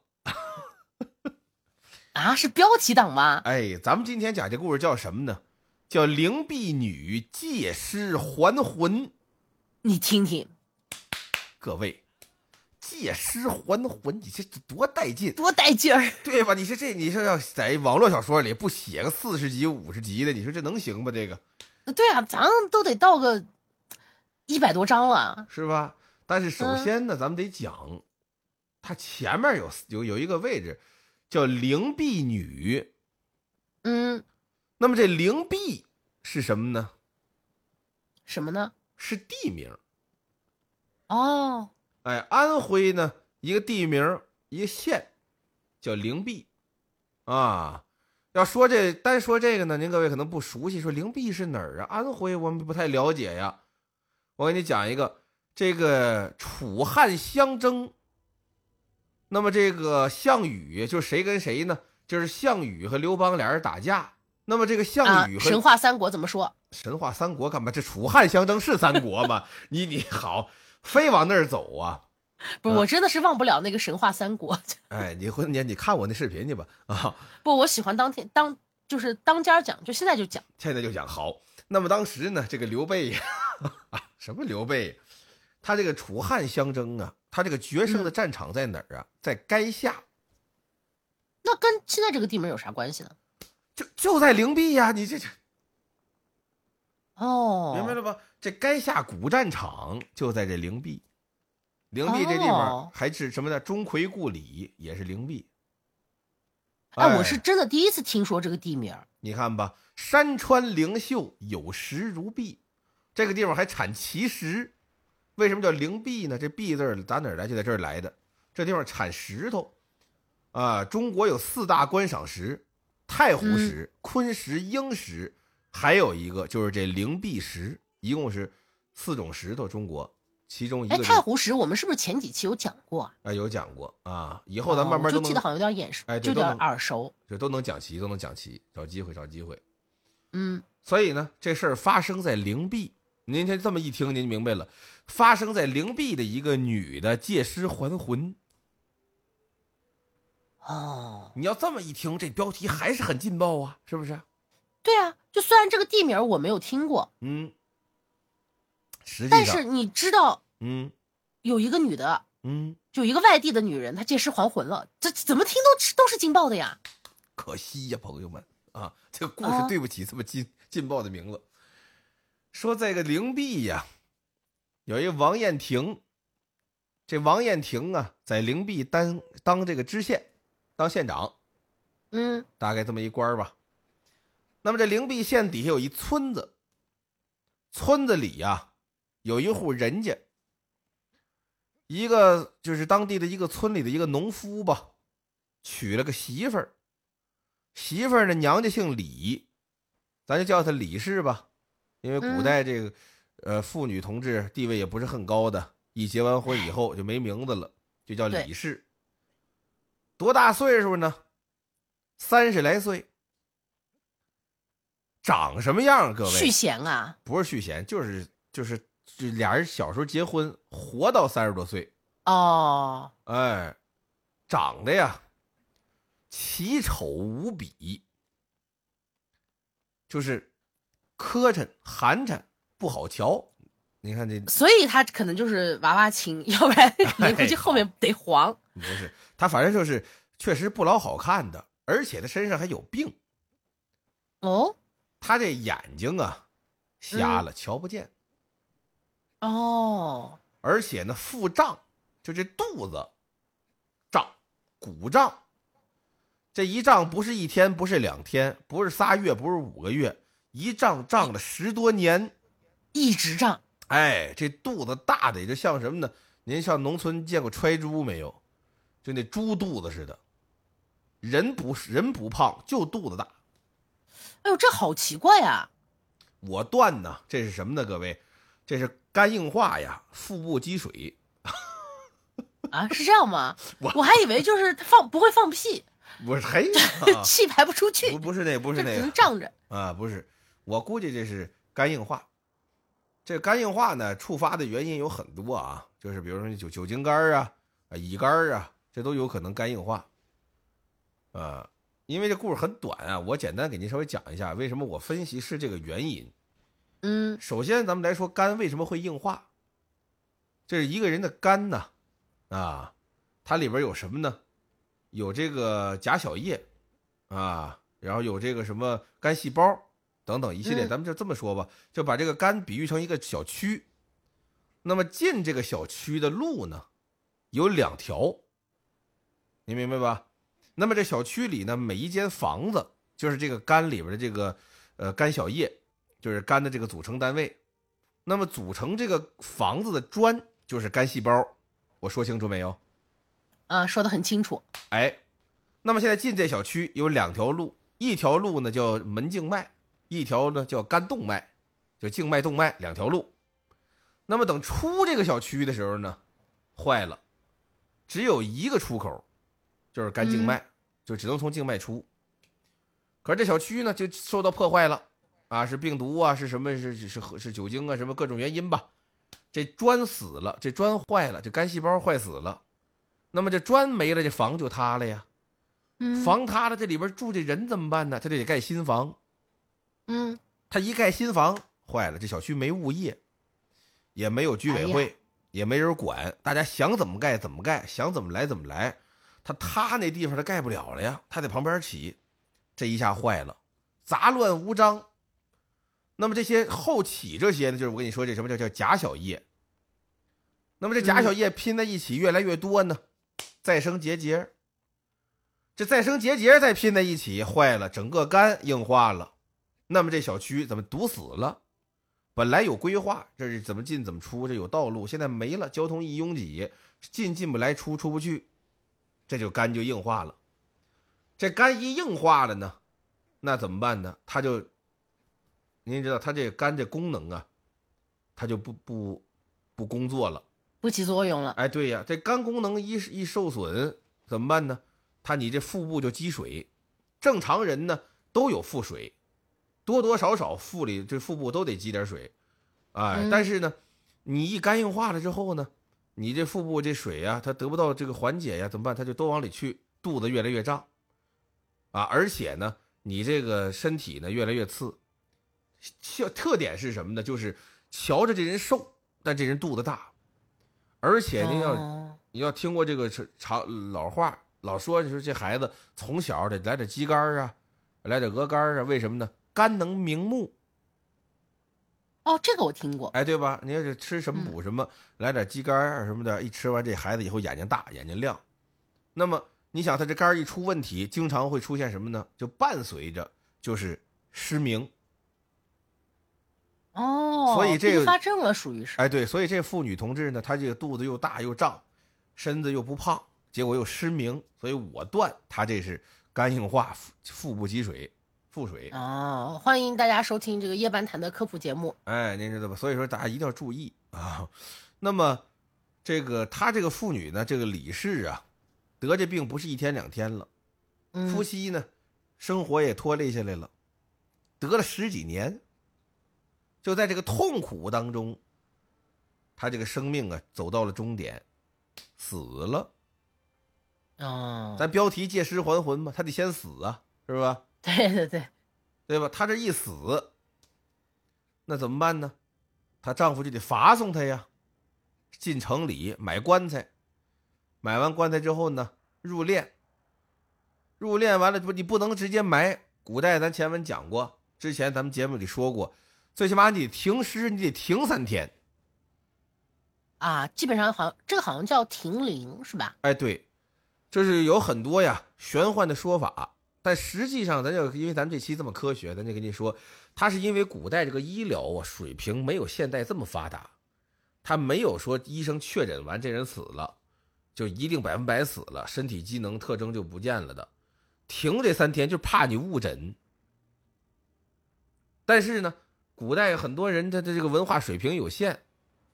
S1: 啊！是标题党吗？
S2: 哎，咱们今天讲这故事叫什么呢？叫灵璧女借尸还魂。
S1: 你听听，
S2: 各位，借尸还魂，你这多带劲，
S1: 多带劲儿！
S2: 对吧？你说这，你说要在网络小说里不写个四十集、五十集的，你说这能行吗？这个
S1: 对啊，咱都得到个一百多章了。啊
S2: 是吧？但是首
S1: 嗯
S2: 先呢，咱们得讲，它前面有有有一个位置叫灵璧女。
S1: 嗯，
S2: 那么这灵璧是什么呢？
S1: 什么呢？
S2: 是地名。
S1: 哦，
S2: 哎，安徽呢一个地名一个县叫灵璧，啊，要说这单说这个呢，您各位可能不熟悉，说灵璧是哪儿啊？安徽我们不太了解呀。我给你讲一个，这个楚汉相争，那么这个项羽就是谁跟谁呢？就是项羽和刘邦俩人打架。那么这个
S1: 啊
S2: 项羽，和
S1: 神话三国怎么说？
S2: 神话三国干嘛？这楚汉相争是三国吗？ 你你好，非往那儿走啊！
S1: 不是，我真的是忘不了那个神话三国。
S2: 哎，你回你你看我那视频去吧啊！
S1: 不，我喜欢当天当就是当家讲，就现在就讲。
S2: 现在就讲好。那么当时呢，这个刘备呀、 啊，什么刘备呀、他这个楚汉相争啊，他这个决胜
S1: 嗯
S2: 的战场在哪儿啊？在垓下，
S1: 那跟现在这个地名有啥关系呢？
S2: 就就在灵璧呀、你这这
S1: 哦，
S2: 明白了吧？这垓下古战场就在这灵璧，灵璧这地方
S1: 哦
S2: 还是什么呢？钟馗故里也是灵璧。
S1: 哎，我是真的第一次听说这个地名儿。
S2: 你看吧，山川灵秀，有石如壁，这个地方还产奇石。为什么叫灵璧呢？这“璧”字儿打哪儿来？就在这儿来的。这地方产石头，啊，中国有四大观赏石：太湖
S1: 嗯
S2: 石、昆石、英石，还有一个就是这灵璧石，一共是四种石头。中国其中一
S1: 哎，
S2: 个就
S1: 太湖石，我们是不是前几期有讲过啊？
S2: 啊有讲过啊，以后咱慢
S1: 哦我
S2: 慢都
S1: 就
S2: 能
S1: 记得好像有点眼熟，
S2: 哎对
S1: 就有点
S2: 都能
S1: 耳熟。
S2: 就都能讲齐，都能讲齐，找机会，找机会。
S1: 嗯，
S2: 所以呢，这事儿发生在灵璧。您先这么一听，您明白了，发生在灵璧的一个女的借尸还魂。
S1: 哦，
S2: 你要这么一听，这标题还是很劲爆啊，是不是？
S1: 对啊，就虽然这个地名儿我没有听过，
S2: 嗯，实际上，
S1: 但是你知道
S2: 嗯
S1: 有一个女的，
S2: 嗯，
S1: 有一个外地的女人，她借尸还魂了，这这怎么听都是都是劲爆的呀！
S2: 可惜呀、朋友们啊，这个故事
S1: 啊
S2: 对不起这么劲劲爆的名字。说这个灵璧呀、有一个王艳婷，这王艳婷啊，在灵璧当当这个知县，当县长。
S1: 嗯
S2: 大概这么一官儿吧。那么这灵璧县底下有一村子，村子里呀、有一户人家，一个就是当地的一个村里的一个农夫吧，娶了个媳妇儿，媳妇儿呢娘家姓李，咱就叫她李氏吧，因为古
S1: 嗯
S2: 代这个、呃妇女同志地位也不是很高的，一结完婚以后就没名字了，就叫
S1: 对
S2: 李氏。多大岁数呢？三十来岁，长什么样？各
S1: 续
S2: 位
S1: 弦啊，
S2: 不是续弦，就是就是就俩人小时候结婚，活到三十多岁，
S1: 哦，
S2: 哎，长得呀奇丑无比，就是磕碜寒碜，不好瞧。你看这
S1: 所以她可能就是娃娃亲， 要不然可能估
S2: 哎
S1: 计后面得黄。
S2: 不是他，反正就是确实不老好看的，而且他身上还有病。
S1: 哦
S2: 他这眼睛啊瞎了，瞧不见，
S1: 哦，
S2: 而且呢腹胀，就这肚子胀，鼓胀。这一胀不是一天，不是两天，不是仨月，不是五个月，一胀胀了十多年。
S1: 一直胀，
S2: 哎，这肚子大的就像什么呢？您上农村见过揣猪没有？就那猪肚子似的。人不是人不胖，就肚子大。
S1: 哎呦，这好奇怪啊呀、
S2: 我断呢，这是什么呢？各位，这是肝硬化呀，腹部积水。
S1: 啊！是这样吗？
S2: 我
S1: 我还以为就是他放不会放屁，
S2: 我是嘿， 啊
S1: 气排不出去
S2: 不，不是那，不
S1: 这
S2: 是
S1: 只
S2: 那
S1: 能
S2: 个
S1: 胀着。
S2: 啊，不是。我估计这是肝硬化。这肝硬化呢，触发的原因有很多啊，就是比如说酒酒精肝儿啊、啊乙肝儿啊，这都有可能肝硬化。啊，因为这故事很短啊，我简单给您稍微讲一下为什么我分析是这个原因。
S1: 嗯
S2: 首先，咱们来说肝为什么会硬化，这是一个人的肝呐，啊，它里边有什么呢？有这个甲小叶，啊，然后有这个什么肝细胞等等一系列，
S1: 嗯
S2: 咱们就这么说吧，就把这个肝比喻成一个小区。那么进这个小区的路呢，有两条，你明白吧？那么这小区里呢，每一间房子就是这个肝里边的这个呃肝小叶，就是肝的这个组成单位。那么组成这个房子的砖就是肝细胞，我说清楚没有？
S1: 啊，说的很清楚。
S2: 哎，那么现在进这小区有两条路，一条路呢叫门静脉，一条呢叫肝动脉，就静脉动脉两条路。那么等出这个小区的时候呢，坏了，只有一个出口，就是肝静脉，就只能从静脉出。可是这小区呢就受到破坏了啊，是病毒啊，是什么是是是是酒精啊，什么各种原因吧。这砖死了，这砖坏了，这肝细胞坏死了，那么这砖没了，这房就塌了呀。
S1: 嗯，
S2: 房塌了，这里边住这人怎么办呢？他就得盖新房。
S1: 嗯
S2: 他一盖新房，坏了，这小区没物业，也没有居委会，也没人管，大家想怎么盖怎么盖，想怎么来怎么来。他塌那地方他盖不了了呀，他在旁边起，这一下坏了，杂乱无章。那么这些后起这些呢，就是我跟你说这什么叫叫假小叶。那么这假小叶拼在一起越来越多呢，再生结节儿这再生结节儿再拼在一起坏了，整个肝硬化了。那么这小区怎么堵死了？本来有规划，这是怎么进怎么出，这有道路，现在没了，交通一拥挤，进进不来，出出不去，这就肝就硬化了。这肝一硬化了呢，那怎么办呢？它就，您知道，它这肝这功能啊，它就不不不工作了。
S1: 不起作用了。
S2: 哎，对呀，这肝功能一一受损怎么办呢？他你这腹部就积水，正常人呢都有腹水，多多少少腹里这腹部都得积点水，哎，
S1: 嗯
S2: 但是呢，你一肝硬化了之后呢，你这腹部这水呀、它得不到这个缓解呀、怎么办？它就都往里去，肚子越来越胀，啊，而且呢，你这个身体呢越来越次，特特点是什么呢？就是瞧着这人瘦，但这人肚子大，而且呢要、
S1: 哦
S2: 你要听过这个是常老话，老说你说这孩子从小得来点鸡肝儿啊，来点鹅肝儿啊，为什么呢？肝能明目，
S1: 哦，这个我听过。
S2: 哎，对吧？你要是吃什么
S1: 嗯
S2: 补什么，来点鸡肝儿啊什么的，一吃完这孩子以后眼睛大，眼睛亮。那么你想，他这肝儿一出问题，经常会出现什么呢？就伴随着就是失明。
S1: 哦，
S2: 所以这个
S1: 并发症了，属于是。
S2: 哎，对，所以这妇女同志呢，她这个肚子又大又胀，身子又不胖，结果又失明，所以我断她这是肝硬化、腹腹部积水、腹水。
S1: 哦，欢迎大家收听这个夜半谈的科普节目。
S2: 哎，您知道吧？所以说大家一定要注意啊。那么，这个她这个妇女呢，这个李氏啊，得这病不是一天两天了，
S1: 嗯，
S2: 夫妻呢，生活也拖累下来了，得了十几年，就在这个痛苦当中，他这个生命啊走到了终点，死了。
S1: 哦，
S2: 咱标题借尸还魂嘛，他得先死啊，是吧？
S1: 对对对，
S2: 对吧？他这一死，那怎么办呢？她丈夫就得罚送她呀，进城里买棺材，买完棺材之后呢，入殓。入殓完了，不，你不能直接埋。古代咱前文讲过，之前咱们节目里说过，最起码你得停尸，你得停三天。
S1: 啊，基本上好像这个好像叫停灵是吧？
S2: 哎，对，这是有很多呀玄幻的说法，但实际上咱就因为咱们这期这么科学，咱就跟您说，它是因为古代这个医疗啊水平没有现代这么发达，它没有说医生确诊完这人死了，就一定百分百死了，身体机能特征就不见了的，停这三天就怕你误诊。但是呢，古代很多人他的这个文化水平有限，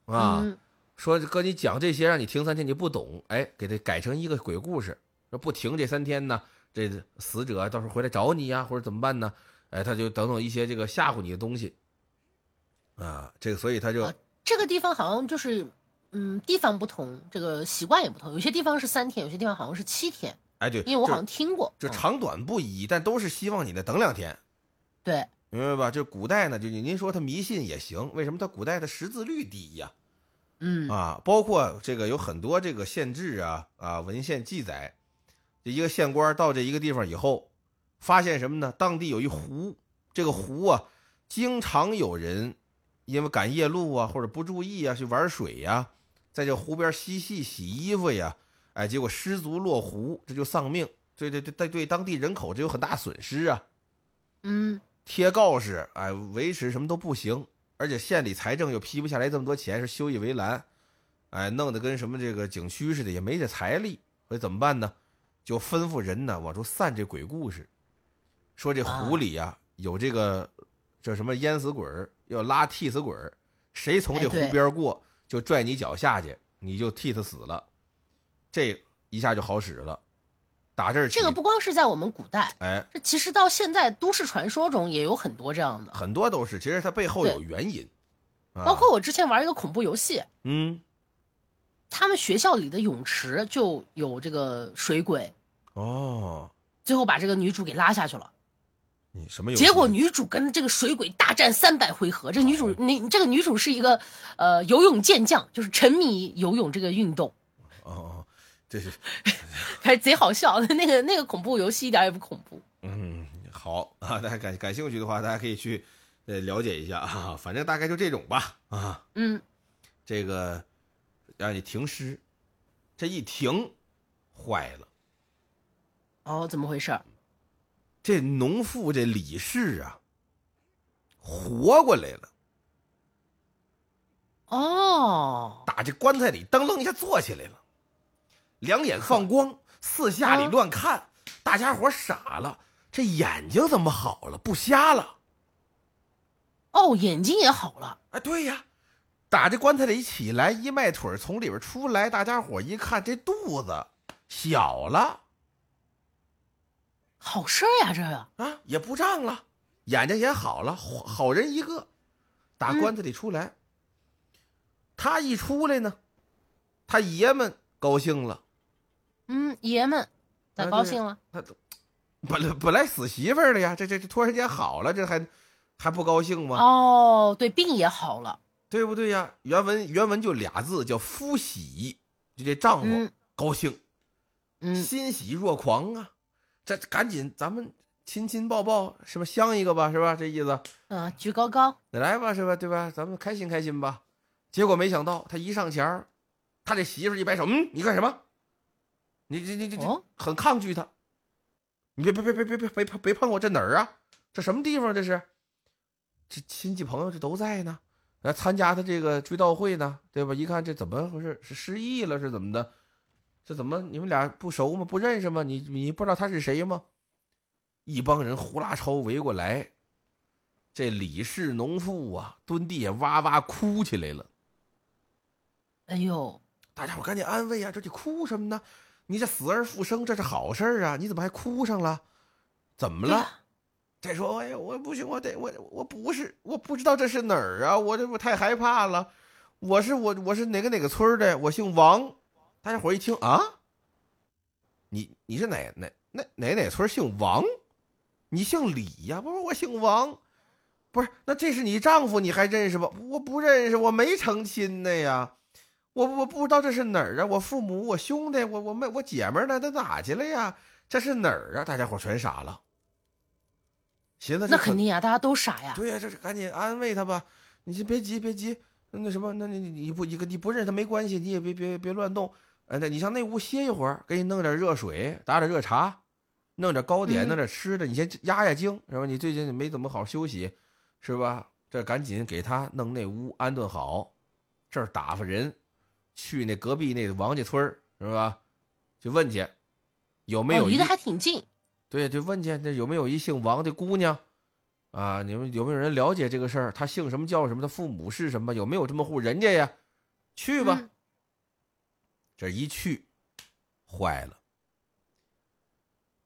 S2: 啊。
S1: 嗯
S2: 说哥，你讲这些让你听三天，你不懂，哎，给他改成一个鬼故事，说不停这三天呢，这死者到时候回来找你呀、或者怎么办呢？哎，他就等等一些这个吓唬你的东西，啊，这个所以他就
S1: 啊这个地方好像就是，嗯，地方不同，这个习惯也不同。有些地方是三天，有些地方好像是七天，
S2: 哎对，
S1: 因为我好
S2: 就
S1: 像听过。
S2: 就
S1: 嗯
S2: 长短不一，但都是希望你呢等两天，
S1: 对，
S2: 明白吧？就古代呢，就您说他迷信也行，为什么他古代的识字率低呀、
S1: 嗯
S2: 啊，包括这个有很多这个县志啊啊文献记载，这一个县官到这一个地方以后，发现什么呢？当地有一湖，这个湖啊，经常有人因为赶夜路啊或者不注意啊去玩水呀、在这湖边嬉戏、洗衣服呀，哎，结果失足落湖，这就丧命，这这这对对当地人口这有很大损失啊。
S1: 嗯
S2: 贴告示，哎，维持什么都不行，而且县里财政又批不下来这么多钱，是修一围栏，哎，弄得跟什么这个景区似的，也没这财力，所以怎么办呢？就吩咐人呢往出散这鬼故事，说这湖里呀、有这个这什么淹死鬼儿，要拉替死鬼儿，谁从这
S1: 哎
S2: 湖
S1: 对
S2: 边过、就拽你脚下去，你就替他死了，这一下就好使了。打这儿起，
S1: 这个不光是在我们古代，
S2: 哎，
S1: 这其实到现在都市传说中也有很多这样的。
S2: 很多都是，其实它背后有
S1: 对
S2: 原因，啊
S1: 包括我之前玩一个恐怖游戏，
S2: 嗯。
S1: 他们学校里的泳池就有这个水鬼，
S2: 哦，
S1: 最后把这个女主给拉下去了。
S2: 你什么游戏？
S1: 结果女主跟这个水鬼大战三百回合，这女
S2: 哎
S1: 主你这个女主是一个呃游泳健将，就是沉迷游泳这个运动，
S2: 哦哦，这是
S1: 还贼好笑。那个那个恐怖游戏一点也不恐怖。
S2: 嗯好啊，大家感感兴趣的话，大家可以去呃了解一下啊，反正大概就这种吧啊，
S1: 嗯，
S2: 这个让你停尸，这一停坏了，
S1: 哦，怎么回事儿？
S2: 这农妇这李氏啊活过来了，
S1: 哦，
S2: 打这棺材里噔楞一下坐起来了，两眼放光，四下里
S1: 啊
S2: 乱看，大家伙傻了，这眼睛怎么好了？不瞎了。
S1: 哦，眼睛也好了。
S2: 啊，对呀，打这棺材里起来，一迈腿儿从里边出来，大家伙一看这肚子小了
S1: 好事儿呀、这个
S2: 啊，也不胀了，眼睛也好了，好好人一个。打棺材里出来，他一出来呢，他爷们高兴了，
S1: 嗯，爷们，咋
S2: 啊
S1: 高
S2: 对
S1: 兴了？
S2: 他本来本来死媳妇儿了呀，这这这突然间好了，这还还不高兴吗？
S1: 哦，对，病也好了。
S2: 对不对呀？原文原文就俩字叫夫喜，就这丈夫、
S1: 嗯
S2: 高兴。
S1: 嗯，
S2: 欣喜若狂啊！这赶紧咱们亲亲抱抱，是吧？相一个吧，是吧？这意思，
S1: 啊，举高高。
S2: 来吧，是吧？对吧？咱们开心开心吧。结果没想到他一上前儿他这媳妇儿一摆手，嗯，你干什么？你你你你你
S1: 哦
S2: 很抗拒他，你别别别别别别别碰别碰我，这哪儿啊？这什么地方？这是，这亲戚朋友这都在呢，来参加他这个追悼会呢，对吧？一看这怎么回事？是失忆了是怎么的？这怎么你们俩不熟吗？不认识吗？你你不知道他是谁吗？一帮人呼啦超围过来，这李氏农妇啊蹲地下哇哇哭起来了。
S1: 哎呦，
S2: 大家伙赶紧安慰啊！这你哭什么呢？你这死而复生，这是好事儿啊！你怎么还哭上了？怎么
S1: 对
S2: 了
S1: 呀？
S2: 再说，哎呀，我不行，我得我我不是，我不知道这是哪儿啊！我这我太害怕了。我是我我是哪个哪个村儿的？我姓王。大家伙儿一听啊，你你是哪哪哪哪哪村儿姓王？你姓李呀、不是我姓王，不是那这是你丈夫，你还认识吧？我不认识，我没成亲呢呀。我我不知道这是哪儿啊！我父母、我兄弟、我我妹、我姐们儿呢？都哪去了呀？这是哪儿啊？大家伙全傻了，寻思这
S1: 那
S2: 可
S1: 肯定呀、大家都傻呀。
S2: 对呀、这是赶紧安慰他吧。你先别急，别急，那什么，那你你不你你不认识他没关系，你也别别别乱动。哎，那你上那屋歇一会儿，给你弄点热水，打点热茶，弄点糕点，
S1: 嗯
S2: 弄点吃的，你先压压惊，是吧？你最近没怎么好好休息，是吧？这赶紧给他弄那屋安顿好，这儿打发人去那隔壁那王家村儿是吧？去问去，有没有
S1: 哦
S2: 一
S1: 离得还挺近，
S2: 对，就问去，那有没有一姓王的姑娘啊？你们有没有人了解这个事儿？她姓什么叫什么？她父母是什么？有没有这么户人家呀？去吧。
S1: 嗯
S2: 这一去，坏了，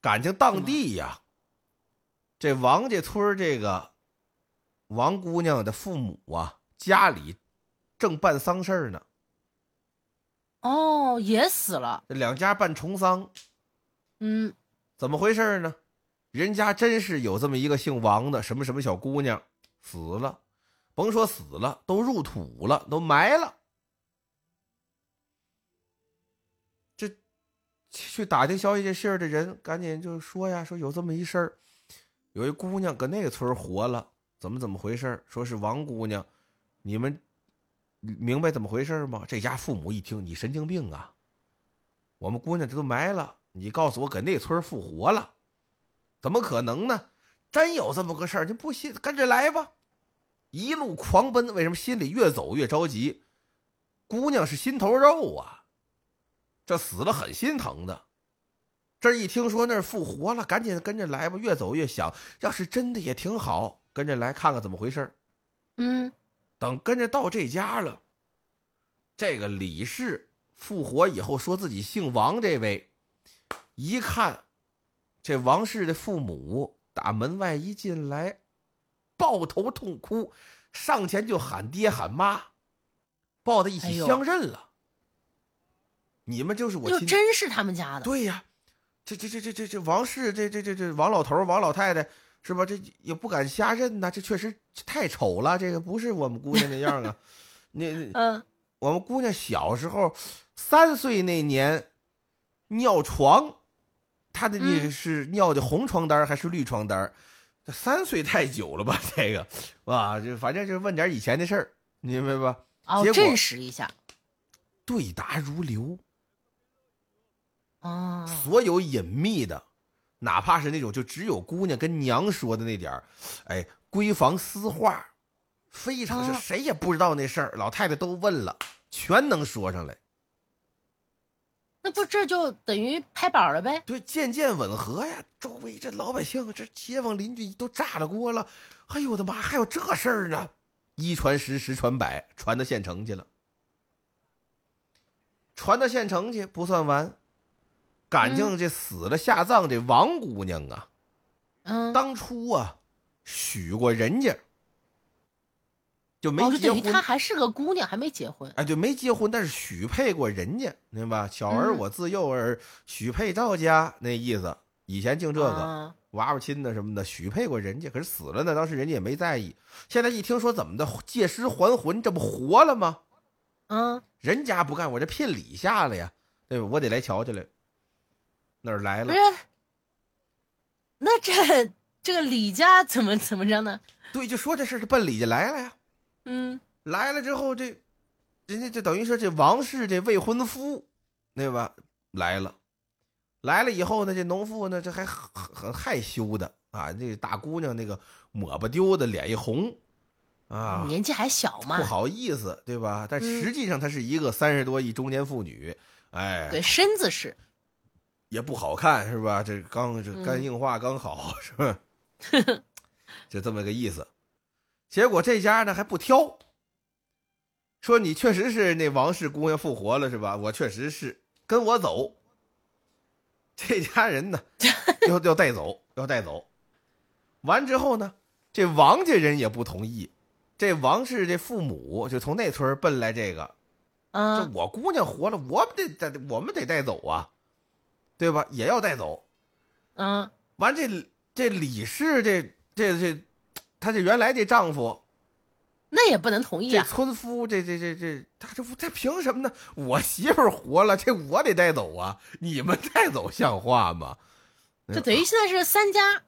S2: 感情当地呀。这王家村儿这个王姑娘的父母啊，家里正办丧事儿呢，
S1: 哦，也死了，
S2: 这两家办重丧，
S1: 嗯，
S2: 怎么回事呢？人家真是有这么一个姓王的什么什么小姑娘死了，甭说死了，都入土了，都埋了。这去打听消息这信儿的人，赶紧就说呀，说有这么一事儿，有一姑娘搁那个村儿活了，怎么怎么回事儿？说是王姑娘，你们明白怎么回事儿吗？这家父母一听，你神经病啊！我们姑娘这都埋了，你告诉我搁那村儿复活了，怎么可能呢？真有这么个事儿，你不信，跟着来吧。一路狂奔，为什么心里越走越着急？姑娘是心头肉啊，这死了很心疼的。这一听说那儿复活了，赶紧跟着来吧。越走越想，要是真的也挺好，跟着来看看怎么回事儿
S1: 嗯，
S2: 等跟着到这家了，这个李氏复活以后说自己姓王，这位一看这王氏的父母打门外一进来，抱头痛哭，上前就喊爹喊妈，抱在一
S1: 哎
S2: 起
S1: 呦
S2: 相认了。你们就是我
S1: 就
S2: 亲
S1: 真是他们家的，
S2: 对呀，这这这这这这王氏这这这这王老头儿王老太太是吧？这也不敢瞎认呐、这确实太丑了，这个不是我们姑娘那 样啊。那那
S1: 嗯，
S2: 我们姑娘小时候三岁那年尿床，她的那个
S1: 嗯
S2: 是尿的红床单儿还是绿床单儿？这三岁太久了吧？这个啊，这反正就是问点以前的事儿，你明白吧？
S1: 哦
S2: 结，果
S1: 证实一下，
S2: 对答如流。
S1: 哦，
S2: 所有隐秘的，哪怕是那种就只有姑娘跟娘说的那点儿，哎，闺房私话，非常是
S1: 哦
S2: 谁也不知道那事儿，老太太都问了，全能说上来。
S1: 那不这就等于拍板了呗？
S2: 对，渐渐吻合呀，周围这老百姓、这街坊邻居都炸了锅了。哎呦我的妈，还有这事儿呢！一传十，十传百，传到县城去了。传到县城去不算完，感情这死了下葬这王姑娘啊，
S1: 嗯，
S2: 当初啊，许过人家，就没
S1: 哦，就
S2: 结
S1: 等于
S2: 婚。
S1: 她还是个姑娘，还没结婚，
S2: 哎，对，没结婚，但是许配过人家，明白吧？小儿
S1: 嗯
S2: 我自幼儿，许配到家那意思。以前净这个
S1: 啊
S2: 娃娃亲的什么的，许配过人家，可是死了呢，当时人家也没在意。现在一听说怎么的借尸还魂，这不活了吗？
S1: 嗯，
S2: 人家不干，我这聘礼下了呀，对吧？我得来瞧瞧来。哪儿来
S1: 不
S2: 了
S1: 是？，那这这个李家怎么怎么着呢？
S2: 对，就说这事儿，就奔礼就来了呀。
S1: 嗯，
S2: 来了之后这，人家就等于说这王氏这未婚夫，对吧？来了，来了以后呢，这农妇呢，这还很很害羞的啊，这大姑娘那个抹不丢的脸一红，啊，
S1: 年纪还小嘛
S2: 不，好意思，对吧？但
S1: 嗯
S2: 实际上她是一个三十多一中年妇女，哎，
S1: 对，身子是，
S2: 也不好看是吧？这刚这肝
S1: 嗯
S2: 硬化刚好、是吧？就这么个意思。结果这家呢还不挑，说你确实是那王氏姑娘复活了是吧？我确实是，跟我走。这家人呢要要带走，要带走。完之后呢，这王家人也不同意，这王氏这父母就从那村儿奔来这个这
S1: 嗯，
S2: 我姑娘活了，我们得得我们得带走啊，对吧？也要带走。
S1: 嗯，
S2: 完这这李氏这这这，她这原来这丈夫，
S1: 那也不能同意
S2: 这
S1: 啊，
S2: 村夫，这这这这，他这他凭什么呢？我媳妇儿活了，这我得带走啊！你们带走像话吗？
S1: 这等于现在是三家，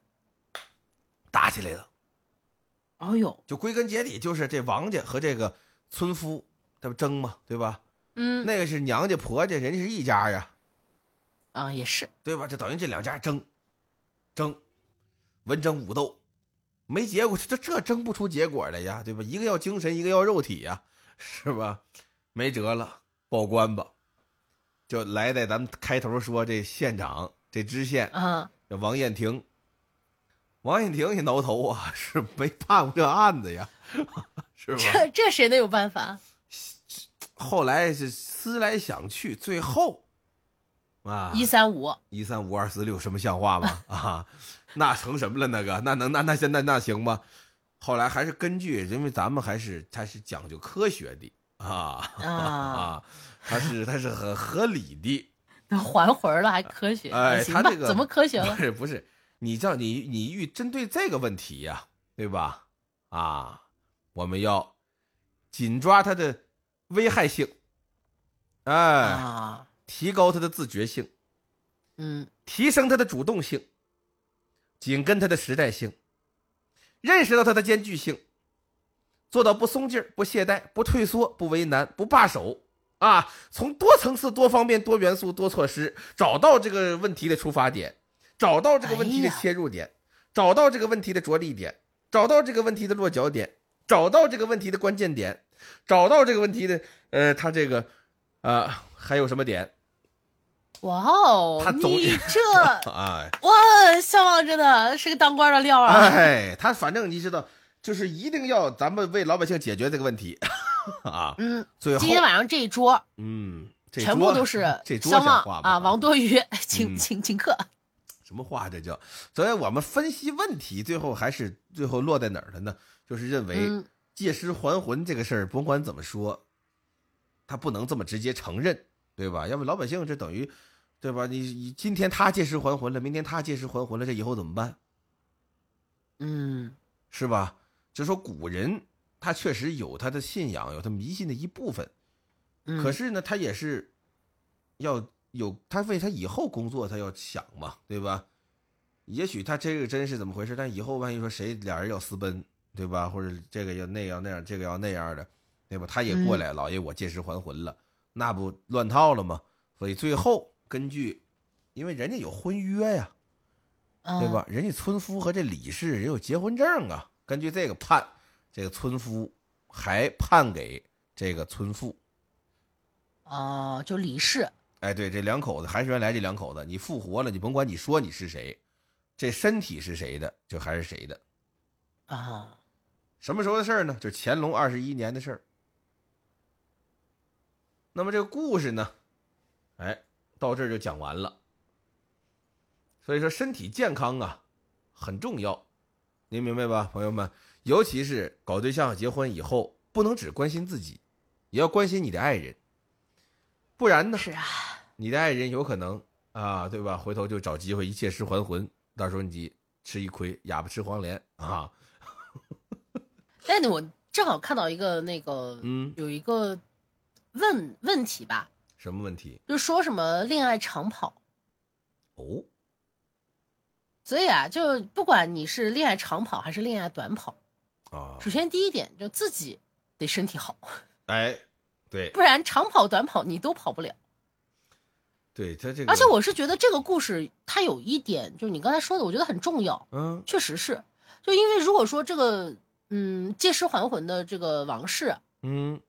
S2: 打起来了。
S1: 哦呦，
S2: 就归根结底就是这王家和这个村夫，他不争嘛，对吧？
S1: 嗯
S2: 那个是娘家婆家，人家是一家呀，
S1: 啊，也是，
S2: 对吧？这等于这两家争，争，文争武斗，没结果，这这争不出结果来呀，对吧？一个要精神，一个要肉体呀，是吧？没辙了，报官吧，就来在咱们开头说这县长这知县
S1: 啊，
S2: 这王艳婷，王艳婷也挠头啊，是没办过这案子呀，是吧？
S1: 这这谁能有办法？
S2: 后来是思来想去，最后啊，
S1: 一三五，
S2: 一三五二四六，什么像话吗？ 啊，那成什么了？那个，那能那那现在那行吗？后来还是根据，因为咱们还是还是讲究科学的 啊
S1: 啊，
S2: 它是它是很合理的，
S1: 还魂儿了还科学？
S2: 哎，
S1: 行
S2: 它
S1: 吧，
S2: 这个
S1: 怎么科学了
S2: 不？是不是，你叫你你遇针对这个问题呀、对吧？啊，我们要紧抓它的危害性， 哎，
S1: 啊，
S2: 提高它的自觉性，
S1: 嗯
S2: 提升它的主动性，紧跟它的时代性，认识到它的艰巨性，做到不松劲儿、不懈怠、不退缩、不为难、不罢手啊！从多层次、多方面、多元素、多措施，找到这个问题的出发点，找到这个问题的
S1: 哎呀
S2: 切入点，找到这个问题的着力点，找到这个问题的落脚点，找到这个问题的关键点，找到这个问题的呃，它这个呃还有什么点？
S1: 哇哦
S2: 他，总
S1: 你这
S2: 哎。
S1: 哇，相望真的是个当官的 料啊！
S2: 哎，他反正你知道，就是一定要咱们为老百姓解决这个问题 啊。
S1: 嗯，
S2: 最后
S1: 今，天晚上这一桌
S2: 嗯，这
S1: 全
S2: 桌
S1: 部都是
S2: 这桌
S1: 相
S2: 像
S1: 望
S2: 话吗
S1: 啊，王多鱼，请
S2: 嗯
S1: 请请客。
S2: 什么话这叫？所以我们分析问题，最后还是最后落在哪儿了呢？就是认为
S1: 嗯
S2: 借尸还魂这个事儿，甭管怎么说，他不能这么直接承认，对吧？要不老百姓这等于，对吧？你你今天他借尸还魂了，明天他借尸还魂了，这以后怎么办？
S1: 嗯
S2: 是吧？就说古人他确实有他的信仰，有他迷信的一部分，
S1: 嗯，
S2: 可是呢，他也是要有他为他以后工作，他要想嘛，对吧？也许他这个真是怎么回事，但以后万一说谁俩人要私奔，对吧？或者这个要那样那样，这个要那样的，对吧？他也过来，老爷我借尸还魂了，那不乱套了吗？所以最后根据，因为人家有婚约呀，
S1: 啊
S2: 对？吧？人家村夫和这李氏人有结婚证啊，根据这个判，这个村夫还判给这个村妇。
S1: 哦，就李氏，
S2: 哎，对，这两口子还是原来这两口子，你复活了，你甭管你说你是谁，这身体是谁的，就还是谁的。
S1: 啊，
S2: 什么时候的事儿呢？就是乾隆二十一年的事儿。那么这个故事呢，哎，到这儿就讲完了。所以说，身体健康啊很重要，您明白吧，朋友们？尤其是搞对象、结婚以后，不能只关心自己，也要关心你的爱人，不然呢，
S1: 是啊，
S2: 你的爱人有可能啊，对吧？回头就找机会一借尸还魂，到时候你吃一亏，哑巴吃黄连啊。
S1: 但我正好看到一个那个
S2: 嗯，
S1: 有一个问问题吧，
S2: 什么问题？
S1: 就说什么恋爱长跑，
S2: 哦，
S1: 所以啊，就不管你是恋爱长跑还是恋爱短跑，
S2: 啊，
S1: 首先第一点就自己得身体好，
S2: 哎，对
S1: 不然长跑短跑你都跑不了。
S2: 对，他这个，
S1: 而且我是觉得这个故事它有一点，就是你刚才说的，我觉得很重要，
S2: 嗯
S1: 确实是，就因为如果说这个嗯借尸还魂的这个王氏，
S2: 嗯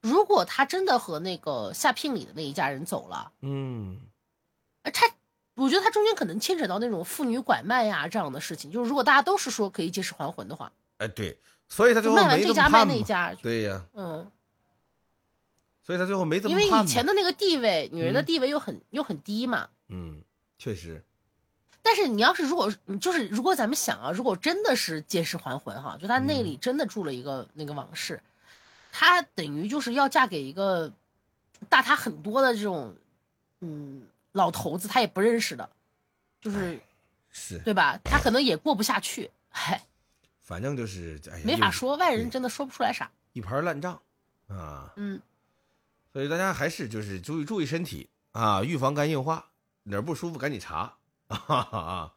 S1: 如果他真的和那个夏聘礼的那一家人走了，
S2: 嗯，
S1: 呃他。我觉得他中间可能牵扯到那种妇女拐卖呀、这样的事情，就是如果大家都是说可以借尸还魂的话，
S2: 哎对，所以他最
S1: 就
S2: 后
S1: 卖完
S2: 没
S1: 这
S2: 这
S1: 家
S2: 么
S1: 卖
S2: 判
S1: 那
S2: 嘛
S1: 家，
S2: 对呀、
S1: 嗯，
S2: 所以他最后没这么
S1: 因为
S2: 判嘛
S1: 以前的那个地位，女人的
S2: 嗯
S1: 地位又很、又很低嘛。
S2: 嗯，确实，
S1: 但是你要是如果嗯就是如果咱们想啊，如果真的是借尸还魂哈，就她那
S2: 嗯
S1: 里真的住了一个、那个王氏，她等于就是要嫁给一个大她很多的这种嗯老头子，她也不认识的，就是
S2: 是，
S1: 对吧？她可能也过不下去，嗨，
S2: 反正就是哎呀，
S1: 没
S2: 又
S1: 法
S2: 是
S1: 说，外人
S2: 对
S1: 真的说不出来啥。
S2: 一盘烂账啊。
S1: 嗯，
S2: 所以大家还是就是注意 注意身体啊，预防肝硬化，哪儿不舒服赶紧查啊哈哈啊，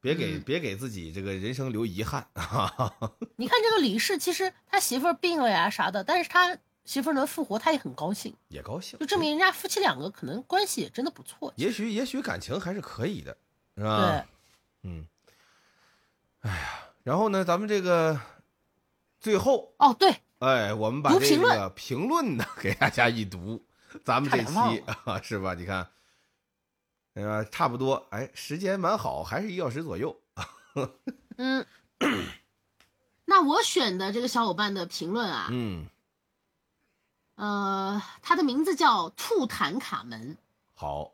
S2: 别给、
S1: 嗯
S2: 别给自己这个人生留遗憾啊！
S1: 你看这个李氏，其实他媳妇儿病了呀啥的，但是他媳妇儿能复活，他也很高兴，
S2: 也高兴，
S1: 就证明人家夫妻两个可能关系也真的不错。
S2: 也许也许感情还是可以的，是吧？
S1: 对，
S2: 嗯，哎呀，然后呢，咱们这个最后，
S1: 哦对，
S2: 哎，我们把
S1: 读
S2: 这
S1: 评论
S2: 个评论呢 给大家一读，咱们
S1: 差
S2: 这
S1: 点忘
S2: 期啊，是吧？你看，呃，差不多，哎，时间蛮好，还是一小时左右。
S1: 嗯，那我选的这个小伙伴的评论啊，
S2: 嗯，
S1: 呃，他的名字叫兔坦卡门。
S2: 好，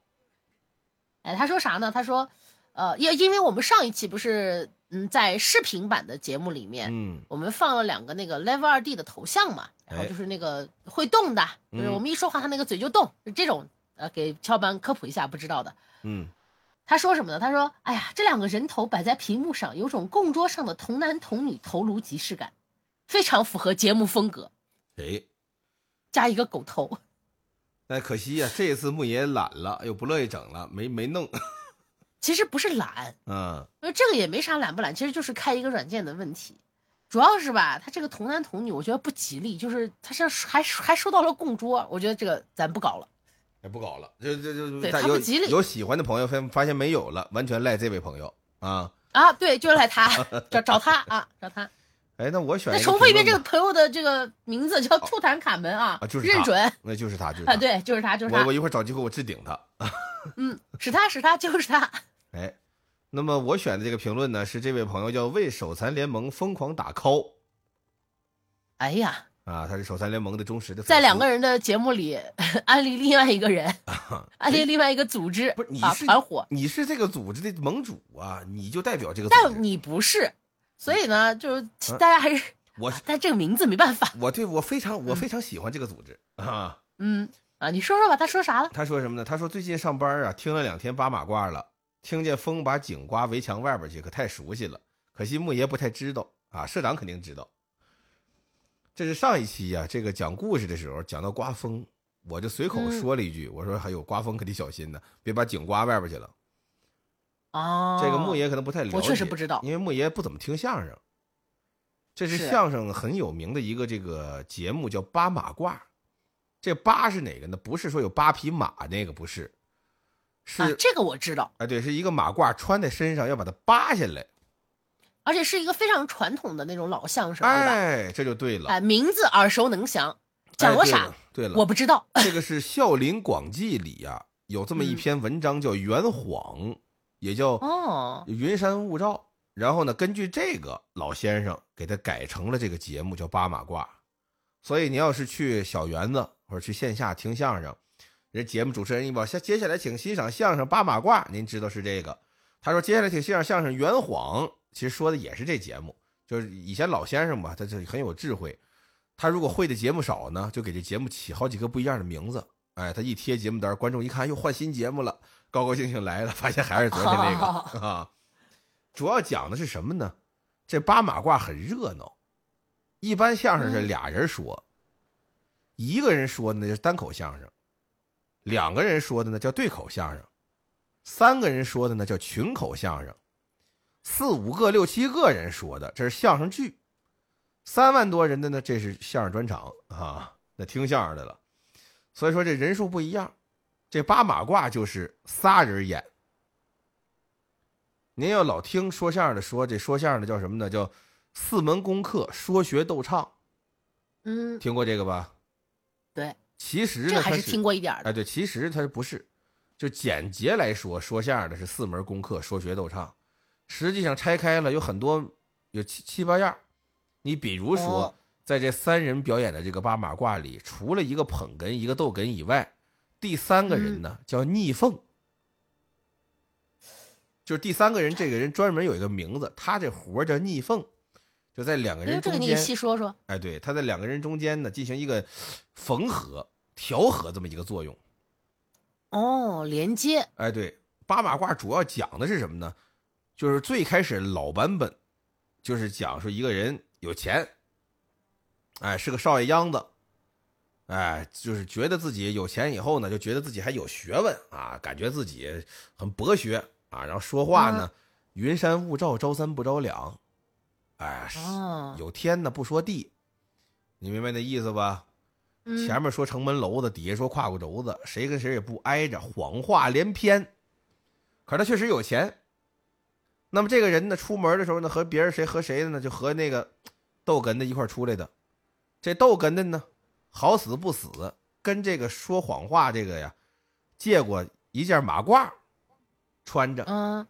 S1: 哎，他说啥呢？他说，呃，因因为我们上一期不是嗯在视频版的节目里面，
S2: 嗯
S1: 我们放了两个那个 Level 二 D 的头像嘛，然后
S2: 哎
S1: 就是那个会动的，就是
S2: 嗯
S1: 我们一说话他那个嘴就动，就这种呃给翘班科普一下不知道的。
S2: 嗯，
S1: 他说什么呢？他说：“哎呀，这两个人头摆在屏幕上，有种供桌上的童男童女头颅即视感，非常符合节目风格。
S2: 哎，
S1: 加一个狗头，
S2: 那可惜呀、这次牧野懒了，又不乐意整了，没没弄。
S1: 其实不是懒，
S2: 嗯，
S1: 呃，这个也没啥懒不懒，其实就是开一个软件的问题。主要是吧，他这个童男童女，我觉得不吉利，就是他是还还说到了供桌，我觉得这个咱不搞了。
S2: 也不搞了，这这这
S1: 对
S2: 大
S1: 他
S2: 有
S1: 不吉利
S2: 有喜欢的朋友，发发现没有了，完全赖这位朋友啊。
S1: 啊，对，就赖他，找找他啊，找他。
S2: 哎，那我选
S1: 再
S2: 个
S1: 重复一遍这
S2: 评论
S1: 个
S2: 吧
S1: 朋友的这个名字叫兔坦卡门啊，
S2: 哦啊就是他
S1: 认准
S2: 那就是他，就是他
S1: 啊，对，就是他，就是他
S2: 我我，一会儿找机会我置顶他。
S1: 嗯，是他是他就是他。
S2: 哎，那么我选的这个评论呢，是这位朋友叫为手残联盟疯狂打 call
S1: 哎呀，
S2: 啊，他是手残联盟的忠实的粉丝。
S1: 在两个人的节目里安利另外一个人， 安利另外一个组织，
S2: 啊不是你
S1: 啊
S2: 是
S1: 团伙，
S2: 你是这个组织的盟主啊，你就代表这个组织。嗯
S1: 但你不是，所以呢，就是大家还是，
S2: 我是
S1: 但这个名字没办法，
S2: 我对我非常我非常喜欢这个组织啊。
S1: 嗯啊，你说说吧，他说啥了？
S2: 他说什么呢？他说最近上班啊，听了两天八马褂了，听见风把井刮围墙外边去，可太熟悉了。可惜木爷不太知道啊，社长肯定知道。这是上一期呀、这个讲故事的时候讲到刮风，我就随口
S1: 嗯
S2: 说了一句，我说还有刮风可得小心呢，别把井刮外边去了。
S1: 哦，
S2: 这个木爷可能不太了解，
S1: 我确实不知道
S2: 因为木爷不怎么听相声。这是
S1: 是
S2: 相声很有名的一个这个节目，叫八马褂。这八是哪个呢？不是说有八匹马那个，不是，是
S1: 啊，这个我知道，
S2: 哎，对，是一个马褂穿在身上，要把它扒下来。
S1: 而且是一个非常传统的那种老相声，对吧？
S2: 哎，这就对了。
S1: 哎，名字耳熟能详，讲
S2: 哎
S1: 过
S2: 对
S1: 啥
S2: 了？对了，
S1: 我不知道。
S2: 这个是《孝陵广记》里呀、有这么
S1: 嗯
S2: 一篇文章叫《圆谎》，也叫
S1: 哦，
S2: 云山雾罩。然后呢，根据这个老先生给他改成了这个节目叫八马褂。所以你要是去小园子或者去线下听相声，人节目主持人一报，下接下来请欣赏相声八马褂，您知道是这个。他说接下来请欣赏相声圆谎，其实说的也是这节目，就是以前老先生吧，他这很有智慧。他如果会的节目少呢，就给这节目起好几个不一样的名字。哎，他一贴节目单，观众一看又换新节目了，高高兴兴来了，发现还是昨天那个啊。主要讲的是什么呢？这八马褂很热闹，一般相声是
S1: 嗯
S2: 俩人说，一个人说呢就是单口相声，两个人说的呢叫对口相声，三个人说的呢叫群口相声，四五个、六七个人说的这是相声剧，三万多人的呢这是相声专场啊，那听相声的了。所以说这人数不一样，这八马褂就是仨人演。您要老听说相声的说这说相声的叫什么呢？叫四门功课，说学逗唱，
S1: 嗯，
S2: 听过这个吧？
S1: 对，
S2: 其实
S1: 这
S2: 呢，
S1: 个还
S2: 它
S1: 是听过一点儿的。
S2: 哎，对，其实它不是，就简洁来说，说相声的是四门功课：说学逗唱。实际上拆开了有很多，有七七八样儿。你比如说
S1: 哦，
S2: 在这三人表演的这个八马褂里，除了一个捧哏、一个逗哏以外，第三个
S1: 嗯
S2: 人呢叫逆凤，就是第三个人，这个人专门有一个名字，他这活儿叫逆凤，就在两个
S1: 哎呦，
S2: 人
S1: 这个
S2: 中
S1: 你给
S2: 间。
S1: 细说说。
S2: 哎，对，他在两个人中间呢进行一个缝合、调和这么一个作用。
S1: 哦，连接，
S2: 哎，对，八马褂主要讲的是什么呢？就是最开始老版本，就是讲说一个人有钱，哎，是个少爷秧子，哎，就是觉得自己有钱以后呢，就觉得自己还有学问啊，感觉自己很博学啊，然后说话呢，云山雾罩，招三不招两。哎，
S1: 哦，
S2: 有天呢不说地，你明白那意思吧？
S1: 嗯
S2: 前面说城门楼子，底下说胯骨轴子，谁跟谁也不挨着，谎话连篇。可是他确实有钱。那么这个人呢，出门的时候呢，和别人谁和谁的呢，就和那个逗哏的一块儿出来的。这逗哏的呢，好死不死，跟这个说谎话这个呀，借过一件马褂儿，穿着。
S1: 嗯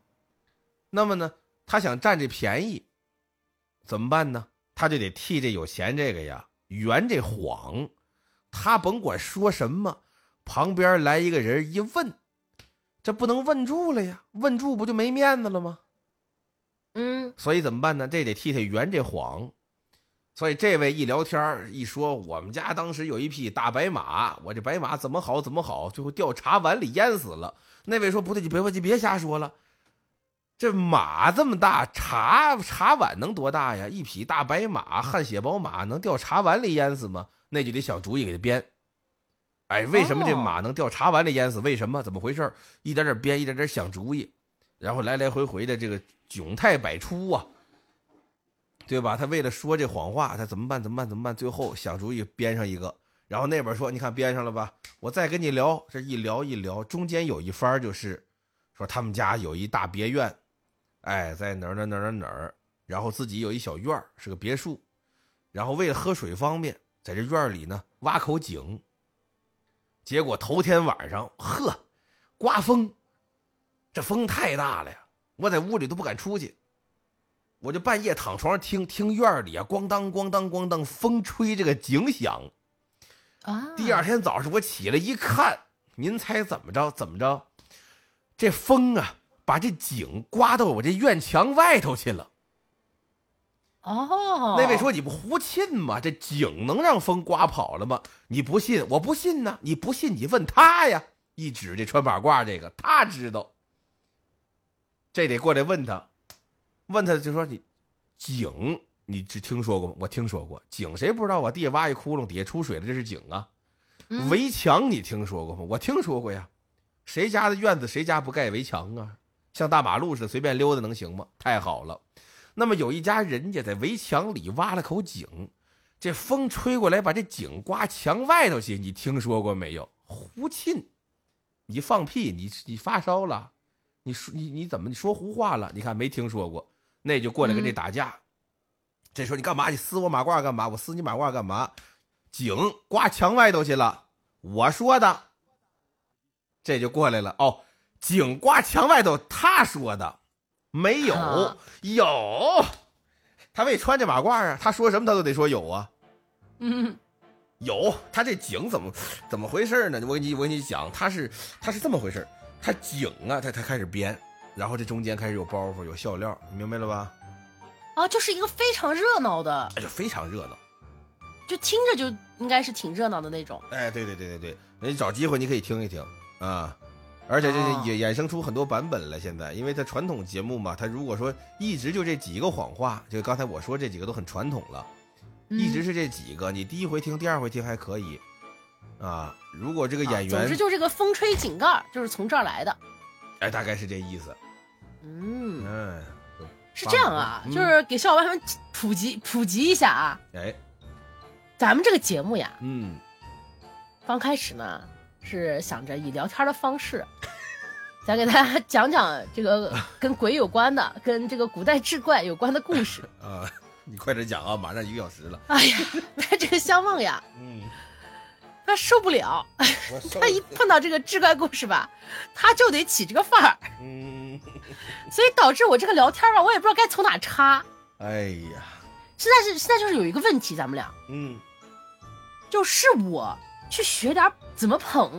S2: 那么呢，他想占这便宜，怎么办呢？他就得替这有钱这个呀圆这谎。他甭管说什么，旁边来一个人一问，这不能问住了呀，问住不就没面子了吗？
S1: 嗯
S2: 所以怎么办呢？这得替他圆这谎。所以这位一聊天儿一说，我们家当时有一匹大白马，我这白马怎么好怎么好，最后掉茶碗里淹死了。那位说不对，你别你别瞎说了，这马这么大，茶茶碗能多大呀？一匹大白马，汗血宝马能掉茶碗里淹死吗？那就得想主意给他编。哎，为什么这
S1: 哦
S2: 马能掉茶碗里淹死？为什么？怎么回事儿？一点点编，一点点想主意，然后来来回回的这个窘态百出啊，对吧？他为了说这谎话，他怎么办？怎么办？怎么办？最后想主意编上一个，然后那边说：“你看编上了吧？我再跟你聊。”这一聊一聊，中间有一番儿就是说他们家有一大别院，哎，在哪儿哪儿哪儿哪儿哪儿，然后自己有一小院儿是个别墅，然后为了喝水方便，在这院儿里呢挖口井。结果头天晚上，呵，刮风，这风太大了呀，我在屋里都不敢出去，我就半夜躺床上听听院儿里啊，咣当咣当咣当，风吹这个井响。
S1: 啊，
S2: 第二天早上我起来一看，您猜怎么着？怎么着？这风啊，把这井刮到我这院墙外头去了。
S1: 哦，
S2: 那位说：“你不胡沁吗？这井能让风刮跑了吗？你不信？我不信呢！你不信，你问他呀！”一指这穿马褂这个，他知道。这得过来问他，问他就说：“你井，你只听说过吗？我听说过井，谁不知道啊？地下挖一窟窿，底下出水了，这是井啊。
S1: 嗯
S2: 围墙你听说过吗？我听说过呀。谁家的院子谁家不盖围墙啊？像大马路似的随便溜达能行吗？太好了。那么有一家人家在围墙里挖了口井，这风吹过来把这井刮墙外头去，你听说过没有？胡沁，你放屁，你你发烧了，你说你你怎么你说胡话了？你看没听说过，那就过来跟这
S1: 嗯
S2: 打架。这时候你干嘛？你撕我马褂干嘛？我撕你马褂干嘛？井刮墙外头去了，我说的。这就过来了哦，井刮墙外头，他说的没有、
S1: 啊
S2: 有，他没穿这马褂啊，他说什么他都得说有啊。
S1: 嗯
S2: 有，他这井怎么怎么回事呢？我给你我给你讲，他是他是这么回事儿，他井啊，他他开始编，然后这中间开始有包袱，有笑料，你明白了吧？
S1: 啊，就是一个非常热闹的，
S2: 哎，就非常热闹。
S1: 就听着就应该是挺热闹的那种。
S2: 哎，对对对对对，你找机会你可以听一听啊。而且这
S1: 哦
S2: 也衍生出很多版本了。现在，因为它传统节目嘛，它如果说一直就这几个谎话，就刚才我说这几个都很传统了，一直
S1: 嗯
S2: 是这几个。你第一回听，第二回听还可以啊。如果这个
S1: 啊
S2: 演员
S1: 总之，就是这个风吹井盖儿就是从这儿来的。
S2: 哎，大概是这意思。
S1: 嗯，
S2: 嗯，
S1: 是这样啊，
S2: 嗯
S1: 就是给小伙伴们普及普及一下啊，
S2: 哎，
S1: 咱们这个节目呀，
S2: 嗯，
S1: 刚开始呢，是想着以聊天的方式，想给大家讲讲这个跟鬼有关的、跟这个古代志怪有关的故 事。
S2: 啊，你快点讲啊，马上一个小时了。
S1: 哎呀，但这个相望呀，
S2: 嗯，
S1: 他受不了，
S2: 我受
S1: 哎他一碰到这个志怪故事吧，他就得起这个范儿，
S2: 嗯，
S1: 所以导致我这个聊天吧，我也不知道该从哪插。
S2: 哎呀，
S1: 现在是现在就是有一个问题，咱们俩
S2: 嗯，
S1: 就是我去学点儿怎么捧，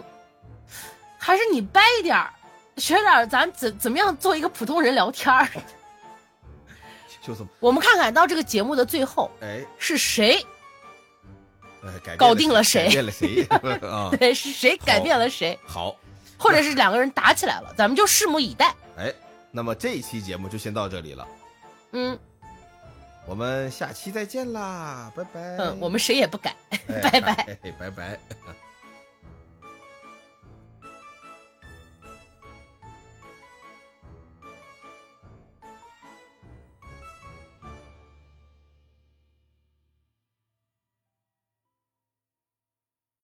S1: 还是你掰一点儿，学点儿咱怎怎么样做一个普通人聊天儿。
S2: 就这么，
S1: 我们看看到这个节目的最后
S2: 哎，
S1: 是谁，
S2: 哎，改变
S1: 搞定了谁
S2: 改变了谁 啊？
S1: 对，是谁改变了谁，
S2: 好，
S1: 或者是两个人打起来了，咱们就拭目以待。
S2: 哎，那么这一期节目就先到这里了，
S1: 嗯
S2: 我们下期再见啦，拜拜。
S1: 嗯，我们谁也不改，
S2: 哎
S1: 嗯拜拜
S2: 哎拜拜。